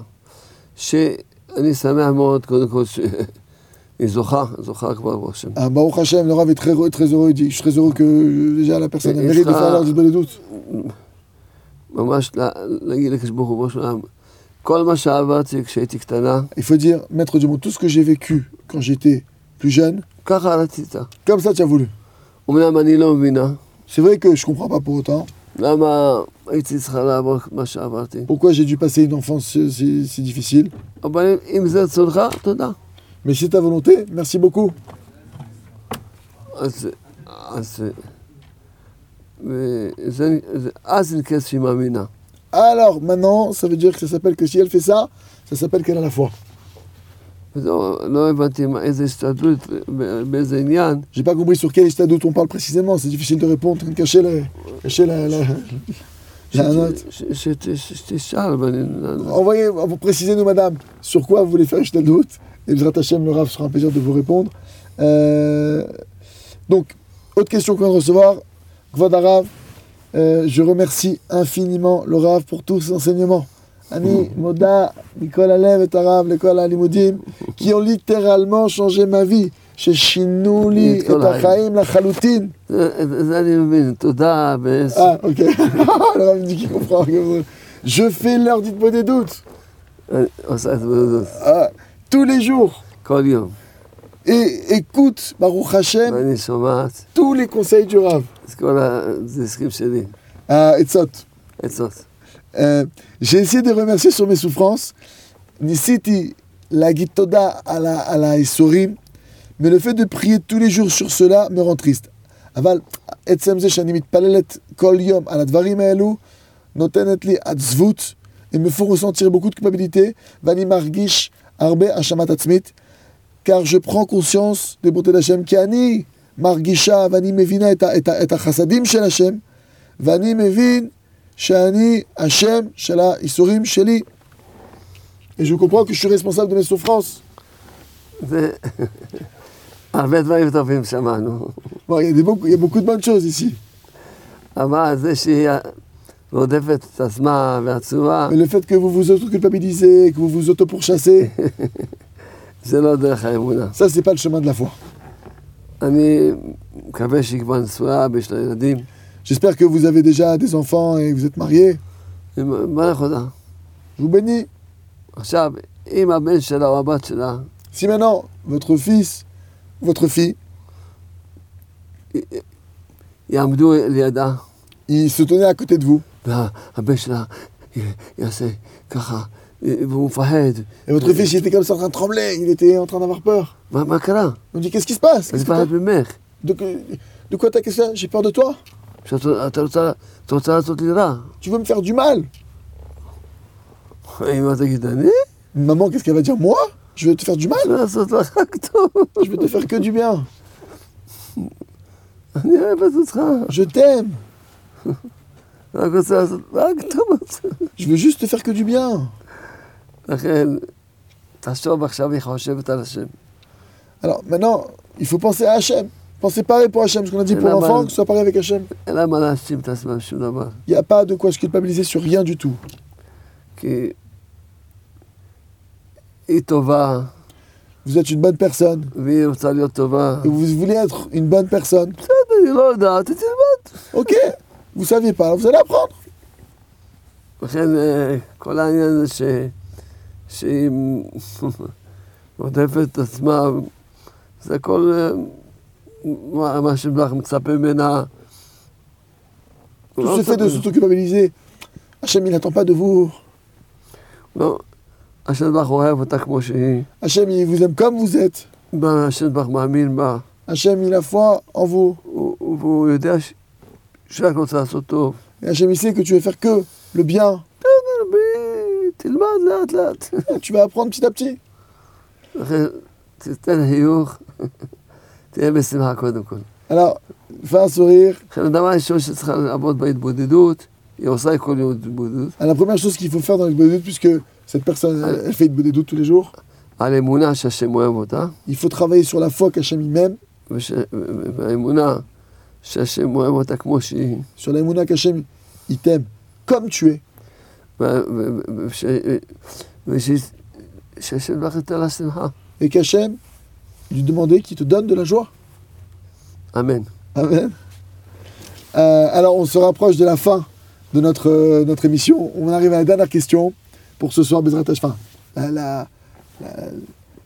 [SPEAKER 3] שאני שמח מאוד, קודם כל, [LAUGHS] שהיא זוכה, זוכה כבר ברוך השם.
[SPEAKER 2] Ah, Baruch Hashem, le Rav est très, heureux- très heureux. Il dit, je suis très heureux que euh, déjà la personne
[SPEAKER 3] Et-
[SPEAKER 2] a
[SPEAKER 3] et
[SPEAKER 2] mérite de
[SPEAKER 3] ça-
[SPEAKER 2] faire l'heure de doute.
[SPEAKER 3] ממש לה- להגיד לקדוש ברוך הוא, "בוא שלום, כל מה שעברתי כשהייתי קטנה,
[SPEAKER 2] Il faut dire, maître du monde, tout ce que j'ai vécu quand j'étais plus jeune,
[SPEAKER 3] ככה רצית.
[SPEAKER 2] comme ça tu as voulu.
[SPEAKER 3] אמנם אני לא מבינה
[SPEAKER 2] C'est vrai que je comprends pas pour autant
[SPEAKER 3] למה הייתי צריכה לעבור מה שעברתי,
[SPEAKER 2] pourquoi j'ai dû passer une enfance euh, si, si difficile.
[SPEAKER 3] אבל אם זה רצונך, תודה.
[SPEAKER 2] Mais c'est ta volonté, merci beaucoup.
[SPEAKER 3] אז, אז, וזה, זה- אז נקראת שהיא מאמינה.
[SPEAKER 2] Alors maintenant, ça veut dire que ça s'appelle que si elle fait ça, ça s'appelle qu'elle a la foi.
[SPEAKER 3] לא, לא הבנתי מה- איזה הסתדרות, בא- באיזה עניין,
[SPEAKER 2] J'ai pas compris sur quel état doute on parle précisément, c'est difficile de répondre, de cacher la, cacher la, la, la note.
[SPEAKER 3] ש- ש- ש- ש- שתשאל, ואני...
[SPEAKER 2] Envoyez, vous- précisez-nous madame, sur quoi vous voulez faire état doute, et Bezrat Hashem, le Rav sera un plaisir de vous répondre. Euh, donc, autre question qu'on vient de recevoir, Kvod Arav, euh, je remercie infiniment le Rav pour tous ses enseignements. Annie, Moda, Nicolas Lev et Arav, l'école Alimodim, qui ont littéralement changé ma vie. Chez Shinouli et Tachaim, la Chaloutin.
[SPEAKER 3] זה זה אני מבין, תודה, ואיזה...
[SPEAKER 2] Ah, ok. [LAUGHS] le Rav dit qu'il comprend. Je fais l'heure dites-moi des doutes.
[SPEAKER 3] אני עושה את זה
[SPEAKER 2] Ah, tous les jours.
[SPEAKER 3] כל יום,
[SPEAKER 2] Et écoute, Baruch Hashem,
[SPEAKER 3] ואני שומעת
[SPEAKER 2] tous les conseils du Rav.
[SPEAKER 3] את כל הדיסקים שלי,
[SPEAKER 2] Ah, Etzot.
[SPEAKER 3] עצות.
[SPEAKER 2] Euh, J'ai essayé de remercier sur mes souffrances. Nisiti, la Gitoda à la, à la Essorim. Mais le fait de prier tous les jours sur cela me rend triste. אבל עצם זה שאני מתפללת כל יום על הדברים האלו, נותנת לי עצבות, הם מפורסם ציר בוקוט קפביליטה, ואני מרגיש הרבה האשמת עצמית, car je prends conscience des beautés d'Hachem, כי אני מרגישה ואני מבינה את, ה- את, ה- את החסדים של השם, ואני מבין שאני השם של האיסורים שלי. Et je comprends que je suis responsable de mes souffrances.
[SPEAKER 3] זה... הרבה דברים טובים שמענו.
[SPEAKER 2] Bon, il y, a des beaucoup- il y a beaucoup de bonnes choses ici.
[SPEAKER 3] אבל זה שהיא רודפת את עצמה ועצובה,
[SPEAKER 2] Mais le fait que vous vous auto-culpabilisez, que vous vous [LAUGHS] auto-pourchassez,
[SPEAKER 3] זה לא דרך האמונה.
[SPEAKER 2] ça, c'est pas le chemin de la foi.
[SPEAKER 3] אני מקווה שהיא כבר נשואה ויש לה ילדים.
[SPEAKER 2] J'espère que vous avez déjà des enfants et que vous êtes mariés.
[SPEAKER 3] מברך אותה.
[SPEAKER 2] Je vous bénis.
[SPEAKER 3] עכשיו, אם הבן שלה או הבת שלה
[SPEAKER 2] Si maintenant, votre fils, votre fille,
[SPEAKER 3] יעמדו לידה,
[SPEAKER 2] il se tenait à côté de vous,
[SPEAKER 3] והבן שלה י- יעשה ככה, והוא מפחד.
[SPEAKER 2] et votre fils, il était comme ça en train de trembler, il était en train d'avoir peur.
[SPEAKER 3] מה, מה קרה?
[SPEAKER 2] On dit, qu'est-ce qui se passe
[SPEAKER 3] אני
[SPEAKER 2] Qu'est-ce que
[SPEAKER 3] מפחד
[SPEAKER 2] t'as-
[SPEAKER 3] ממך.
[SPEAKER 2] de, que- de quoi t'as qu'est-ce que t'as J'ai peur de toi.
[SPEAKER 3] שאת אתה רוצה, את רוצה לעשות לי רע.
[SPEAKER 2] Tu veux me faire du mal.
[SPEAKER 3] אמא תגיד, אני?
[SPEAKER 2] Maman, qu'est-ce qu'elle va dire Moi Je vais te faire du mal, hein.
[SPEAKER 3] צריך לעשות לך טוב.
[SPEAKER 2] je vais te faire que du bien.
[SPEAKER 3] אני אוהבת אותך,
[SPEAKER 2] Je t'aime,
[SPEAKER 3] רק רוצה לעשות רק טוב.
[SPEAKER 2] je veux juste te faire que du bien.
[SPEAKER 3] לכן, תחשוב עכשיו איך חושבת על השם.
[SPEAKER 2] Alors maintenant, il faut penser à Hachem. Pensez pareil pour Hachem, ce qu'on a dit
[SPEAKER 3] Et
[SPEAKER 2] pour
[SPEAKER 3] là-bas-
[SPEAKER 2] l'enfant, que ce soit pareil avec Hachem.
[SPEAKER 3] אין להם מה להאשים את עצמם שום דבר.
[SPEAKER 2] Il n'y a pas de quoi se culpabiliser sur rien du tout.
[SPEAKER 3] כי היא טובה,
[SPEAKER 2] Vous êtes une bonne personne,
[SPEAKER 3] והיא רוצה להיות טובה.
[SPEAKER 2] et vous voulez être une bonne personne.
[SPEAKER 3] בסדר, היא לא יודעת, היא תלמד.
[SPEAKER 2] Ok, vous saviez pas, vous allez apprendre.
[SPEAKER 3] לכן אה, כל העניין זה ש... שהיא [LAUGHS] רודפת את עצמה, זה הכל אה, מה- מה שמלאך מצפה ממנה. הוא לא
[SPEAKER 2] Tout ce fait
[SPEAKER 3] מצפה-
[SPEAKER 2] de s'auto-culpabiliser, Hachem, il n'attend pas de vous.
[SPEAKER 3] לא, השם ברוך אוהב אותה כמו שהיא,
[SPEAKER 2] Hachem, il vous aime comme vous êtes.
[SPEAKER 3] מה השם ברוך מאמין בה,
[SPEAKER 2] Hachem, il a foi en vous.
[SPEAKER 3] הוא- הוא- והוא יודע ש- שרק רוצה לעשות טוב.
[SPEAKER 2] Et Hachem, il sait que tu vas faire que le bien. Ah,
[SPEAKER 3] בסדר, ב- תלמד לאט לאט. [LAUGHS]
[SPEAKER 2] Tu vas apprendre petit à petit.
[SPEAKER 3] לכן, תיתן חיוך, [LAUGHS] תהיה בשמחה קודם כל.
[SPEAKER 2] Alors, fais un sourire.
[SPEAKER 3] לכן הדבר הראשון שצריכה לעבוד בהתבודדות, היא עושה כל יום התבודדות,
[SPEAKER 2] Alors, Ah, la première chose qu'il faut faire dans l'Ibodédoute, puisque cette personne, elle, elle fait Ibodédoute tous les jours,
[SPEAKER 3] על אמונה שהשם אוהב אותה,
[SPEAKER 2] il faut travailler sur la foi qu'Hachem il m'aime,
[SPEAKER 3] וש- ו- ו- והאמונה שהשם אוהב אותה כמו שהיא,
[SPEAKER 2] sur l'aïmouna qu'Hachem il t'aime comme tu es,
[SPEAKER 3] ו- ו- ו- וש- וש- שהשם לא לך ייתן לה שמחה.
[SPEAKER 2] et qu'Hachem, lui demander qu'il te donne de la joie.
[SPEAKER 3] אמן.
[SPEAKER 2] Amen. Euh, alors, on se rapproche de la fin de notre, euh, notre émission. On arrive à la dernière question pour ce soir, Bezrat Hashem. Enfin, la, la, la-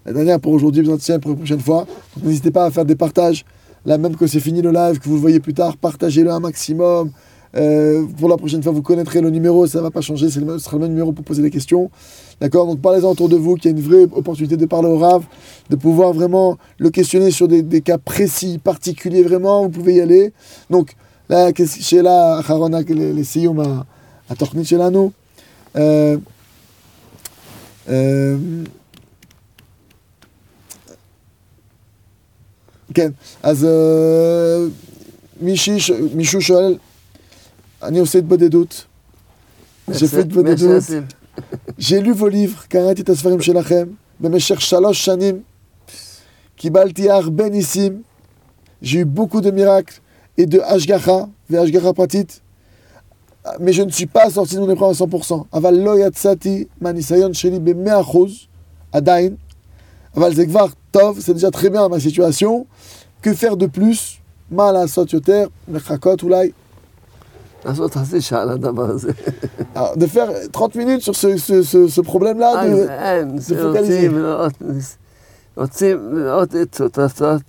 [SPEAKER 2] la dernière pour aujourd'hui, Bezrat Hashem, pour la prochaine fois. Donc, n'hésitez pas à faire des partages. Là, même que c'est fini le live, que vous le voyez plus tard, partagez-le un maximum. Euh, pour la prochaine fois, vous connaîtrez le numéro, ça ne va pas changer, c'est le même, ce sera le même numéro pour poser des questions. D'accord Donc parlez-en autour de vous, qu'il y a une vraie opportunité de parler au Rav, de pouvoir vraiment le questionner sur des, des cas précis, particuliers, vraiment, vous pouvez y aller. Donc, là, chez la Harona, les Sioum à, à Torknit chez nous. Euh, euh, כן, אז אה, מישהי ש- מישהו שואל, אני עושה התבודדות, עושה התבודדות,
[SPEAKER 3] מהסרטים.
[SPEAKER 2] J'ai lu vos livres, קראתי את הספרים שלכם, במשך שלוש שנים. קיבלתי הרבה ניסים. Ben J'ai eu beaucoup de miracles et de השגחה, והשגחה פרטית. Mais je ne suis pas sorti de mon épreuve à 100%. אבל לא יצאתי מהניסיון שלי ב-100% עדיין. אבל זה כבר טוב, זה déjà très bien ma situation. Que faire de plus? מה לעשות יותר? לחכות אולי?
[SPEAKER 3] לעשות חצי שעה על הדבר הזה.
[SPEAKER 2] Alors, de faire 30 minutes sur ce, ce, ce, ce problème-là.
[SPEAKER 3] אין,
[SPEAKER 2] de-
[SPEAKER 3] אין,
[SPEAKER 2] זה
[SPEAKER 3] רוצים לראות, רוצים לראות את תוצאות,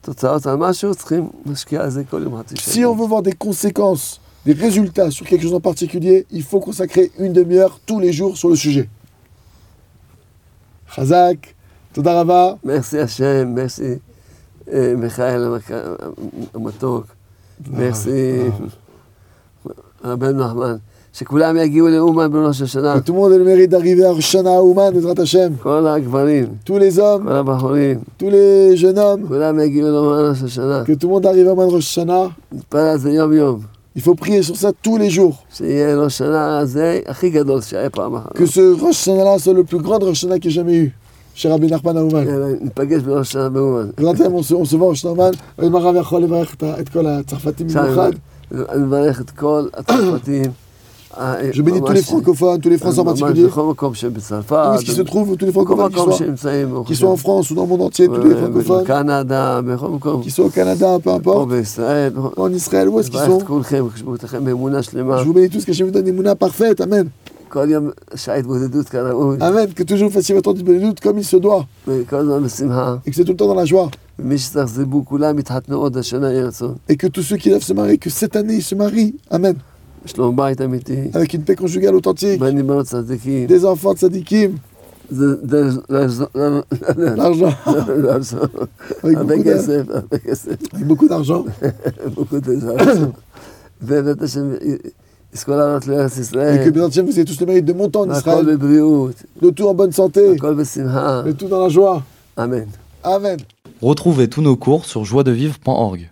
[SPEAKER 3] תוצאות על משהו, צריכים להשקיע על זה כל יום חצי
[SPEAKER 2] Si on
[SPEAKER 3] שעה.
[SPEAKER 2] veut voir des conséquences, des résultats sur quelque chose en particulier, il faut consacrer une demi-heure tous les jours sur le sujet. Chazak, Todarava,
[SPEAKER 3] מרסי השם, מרסי אה, מיכאל המק- המתוק, מרסי רבן נחמן, שכולם יגיעו לאומן בראש השנה,
[SPEAKER 2] que tout le monde ait le mérite d'arriver à Roshana Ouman, Ezrat Hashem.
[SPEAKER 3] כל הגברים,
[SPEAKER 2] Tous les hommes,
[SPEAKER 3] כל הבחורים,
[SPEAKER 2] tous les jeunes hommes,
[SPEAKER 3] כולם יגיעו לאומן בראש השנה.
[SPEAKER 2] que tout le monde arrive à Ouman Rosh Hashanah.
[SPEAKER 3] נתפלל על זה יום-יום,
[SPEAKER 2] Il faut prier sur ça tous les jours.
[SPEAKER 3] שיהיה ראש השנה הזה הכי גדול שהיה פעם אחת.
[SPEAKER 2] Que ce Rosh Hashanah-là soit le plus grand Rosh Hashanah qu'il y ait jamais eu. Chez Rabbi Nachman Ouman.
[SPEAKER 3] יאללה, ניפגש בראש השנה באומן.
[SPEAKER 2] בעזרת השם, on se- on se voit en Shnaman, אם הרב יכול לברך את ה- את כל הצרפתים במיוחד.
[SPEAKER 3] אני מברך את כל הצרפתים. אה,
[SPEAKER 2] Je bénis tous
[SPEAKER 3] ממש-
[SPEAKER 2] les francophones, tous les français en particulier.
[SPEAKER 3] ממש בכל מקום שהם
[SPEAKER 2] Où
[SPEAKER 3] בצרפת.
[SPEAKER 2] est-ce qu'ils se trouvent, tous les
[SPEAKER 3] בכל
[SPEAKER 2] francophones qui
[SPEAKER 3] מקום אוקיי.
[SPEAKER 2] sont,
[SPEAKER 3] שנמצאים. ברוך
[SPEAKER 2] qui sont en
[SPEAKER 3] השם.
[SPEAKER 2] France ou dans le monde entier, tous les
[SPEAKER 3] ו-
[SPEAKER 2] francophones,
[SPEAKER 3] בקנדה, בכל מקום.
[SPEAKER 2] qui sont au Canada, peu
[SPEAKER 3] פה
[SPEAKER 2] importe,
[SPEAKER 3] בישראל.
[SPEAKER 2] ou en Israël, où est-ce qu'ils sont
[SPEAKER 3] מברך את כולכם, חשבו לכם באמונה שלמה.
[SPEAKER 2] Je vous bénis tous, que je vous donne des mounas parfaites, Amen.
[SPEAKER 3] כל יום שעה התבודדות כראוי.
[SPEAKER 2] Amen, que toujours vous fassiez votre temps de bénédiction comme il se doit,
[SPEAKER 3] וכל הזמן בשמחה.
[SPEAKER 2] et que c'est tout le temps dans la joie,
[SPEAKER 3] ומי שתחזבו, כולם יתחתנו עוד השנה, יהיה רצון.
[SPEAKER 2] et que tous ceux qui doivent se marier, que cette année ils se marient, Amen,
[SPEAKER 3] שלום בית אמיתי.
[SPEAKER 2] avec une paix conjugale authentique,
[SPEAKER 3] בנים בנות צדיקים.
[SPEAKER 2] des enfants de sadikim,
[SPEAKER 3] זה דרך לעזור-
[SPEAKER 2] l'argent,
[SPEAKER 3] לעזור.
[SPEAKER 2] avec
[SPEAKER 3] הרבה
[SPEAKER 2] beaucoup d'ar-
[SPEAKER 3] כסף, הרבה כסף.
[SPEAKER 2] avec beaucoup d'argent,
[SPEAKER 3] beaucoup de gens. ובית השם לזכור לעלות לארץ
[SPEAKER 2] Et que
[SPEAKER 3] ישראל,
[SPEAKER 2] bien sûr, vous ayez tous le mérite de monter en
[SPEAKER 3] והכל
[SPEAKER 2] Israël,
[SPEAKER 3] בבריאות,
[SPEAKER 2] le tout en bonne santé,
[SPEAKER 3] הכל בשמחה,
[SPEAKER 2] le tout dans la joie.
[SPEAKER 3] אמן.
[SPEAKER 2] Amen.
[SPEAKER 4] Retrouvez tous nos cours sur joiedevivre.org.